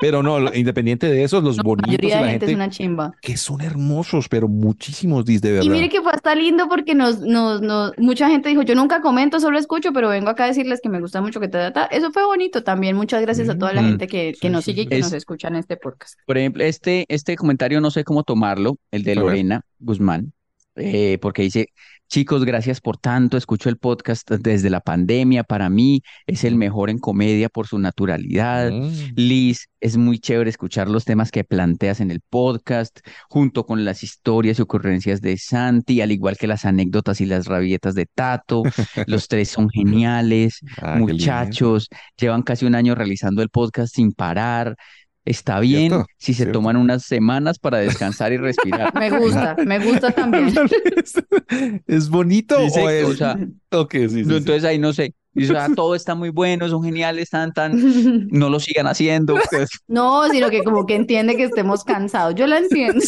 S4: pero no, lo- independiente de esos, los
S3: La
S4: bonitos y
S3: mayoría de
S4: la
S3: gente es
S4: gente
S3: una chimba.
S4: que son hermosos, pero muchísimos, Liz, de verdad.
S3: Y mire que fue hasta lindo porque nos, nos, nos, mucha gente dijo, yo nunca comento, solo escucho, pero vengo acá a decirles que me gusta mucho que te data. Eso fue bonito también. Muchas gracias a toda la
S2: Mm,
S3: gente que, que
S4: sí,
S3: nos
S4: sí,
S3: sigue y
S4: sí.
S3: que
S2: Es-
S3: nos escucha en este podcast.
S2: Por ejemplo, este, este comentario no sé cómo tomarlo, el de
S4: A ver.
S2: Lorena Guzmán, eh, porque dice, chicos, gracias por tanto, escucho el podcast desde la pandemia, para mí es el mejor en comedia por su naturalidad.
S4: Mm.
S2: Liz, es muy chévere escuchar los temas que planteas en el podcast, junto con las historias y ocurrencias de Santi, al igual que las anécdotas y las rabietas de Tato. Los tres
S4: (laughs)
S2: son geniales,
S4: Ah, qué lindo.
S2: muchachos, llevan casi un año realizando el podcast sin parar. Está bien
S4: ¿Cierto?
S2: si se
S4: ¿Cierto?
S2: toman unas semanas para descansar y
S4: (laughs)
S2: respirar.
S3: Me gusta, me gusta también.
S4: ¿Es bonito
S2: Dice,
S4: o es...?
S2: o sea,
S4: Ok, sí, sí,
S2: no,
S4: sí.
S2: entonces ahí no sé. Dice,
S4: (laughs)
S2: ah, todo está muy bueno, son geniales, tan, tan, no lo
S4: (laughs)
S2: sigan haciendo. pues,
S3: No, sino que como que entiende que estemos cansados. Yo la entiendo.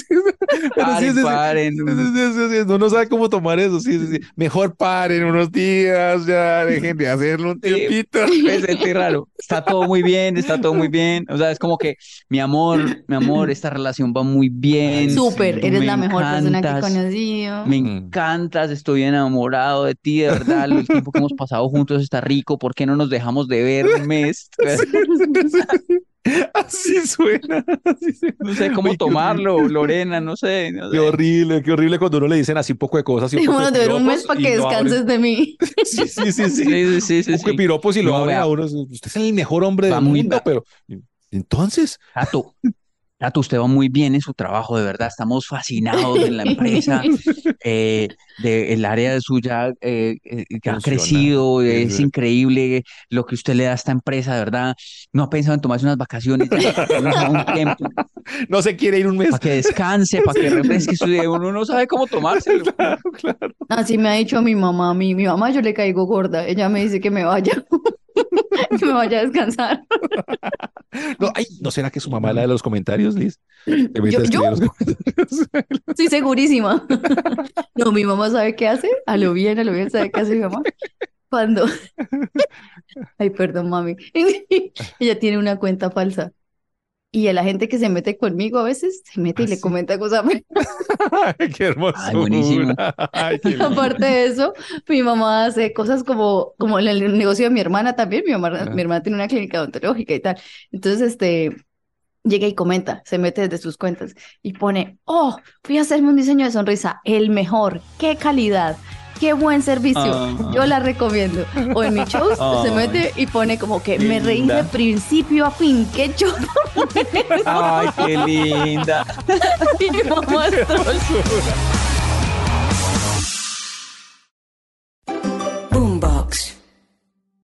S4: Pero sí, sí, sí.
S2: paren,
S4: Sí,
S2: paren.
S4: sí, sí, sí, sí. No, no sabe cómo tomar eso. Sí, sí, sí. Mejor paren unos días, ya dejen de hacerlo un
S2: Sí.
S4: tiempito. (laughs)
S2: Me sentí raro. Está todo muy bien, está todo muy bien. O sea, es como que, mi amor, mi amor, esta relación va muy bien.
S3: Súper,
S2: tú
S3: eres
S2: me
S3: la mejor persona que he
S2: encantas,
S3: conocido.
S2: Me
S4: Mm.
S2: encantas, estoy enamorado de ti, de verdad. El tiempo que hemos pasado juntos está Costa Rico, ¿por qué no nos dejamos de ver
S4: (laughs)
S2: un mes?
S4: Así suena. así suena.
S2: (laughs) No sé cómo
S4: Uy, qué
S2: tomarlo,
S4: horrible.
S2: Lorena, no sé. no sé.
S4: Qué horrible, qué horrible cuando uno le dicen así un poco de cosas. Y
S3: (laughs)
S4: un poco
S3: Dejémonos de ver un mes
S4: piropos
S3: para
S4: y
S3: que
S4: lo abren.
S3: descanses de mí.
S4: Sí, sí, sí, sí.
S3: (laughs)
S2: Sí, sí, sí, sí,
S4: Un poco de
S2: sí.
S4: piropos y lo
S2: No,
S4: abren
S2: vea.
S4: a uno. Usted es el mejor hombre
S2: Va
S4: del
S2: muy-
S4: mundo,
S2: va-
S4: pero entonces,
S2: Tato, Tato, usted va muy bien en su trabajo, de verdad. Estamos fascinados en la empresa. eh, de, el área suya eh, eh, que ha
S4: Funciona.
S2: crecido, es
S4: Ujú.
S2: increíble lo que usted le da a esta empresa, de verdad. No ha pensado en tomarse unas vacaciones, no, un tiempo,
S4: no se quiere ir un mes.
S2: para que descanse, para que refresque su día. Uno no sabe cómo tomárselo.
S3: Así me ha dicho mi mamá. A mí, mi mamá, yo le caigo gorda. Ella me dice que me vaya. (laughs) que me vaya a descansar.
S4: No, ay, ¿no será que su mamá es la de los comentarios, Liz? Te mete a
S3: Yo-
S4: escribir
S3: yo.
S4: los comentarios.
S3: Estoy segurísima. No, mi mamá sabe qué hace. A lo bien, a lo bien sabe qué hace mi mamá. Cuando. Ay, perdón, mami. (laughs) Ella tiene una cuenta falsa. Y a la gente que se mete conmigo a veces se mete y
S4: Ah,
S3: le
S4: sí.
S3: comenta cosas.
S4: Ay, qué hermosura.
S2: Ay, buenísimo.
S4: Ay, qué lindo.
S3: Aparte de eso, mi mamá hace cosas como, como en el negocio de mi hermana también. Mi mamá,
S4: Ajá.
S3: mi hermana tiene una clínica odontológica y tal. Entonces, este, llega y comenta, se mete desde sus cuentas y pone, oh, fui a hacerme un diseño de sonrisa, el mejor, qué calidad, qué buen servicio.
S2: Ah.
S3: Yo la recomiendo. O en mis shows se
S2: Ay.
S3: mete y pone como que
S2: Qué
S3: me reí de
S2: linda.
S3: principio a fin, qué show.
S2: (laughs)
S3: (laughs)
S2: Ay, qué linda. (laughs)
S3: Y mi mamá es troll.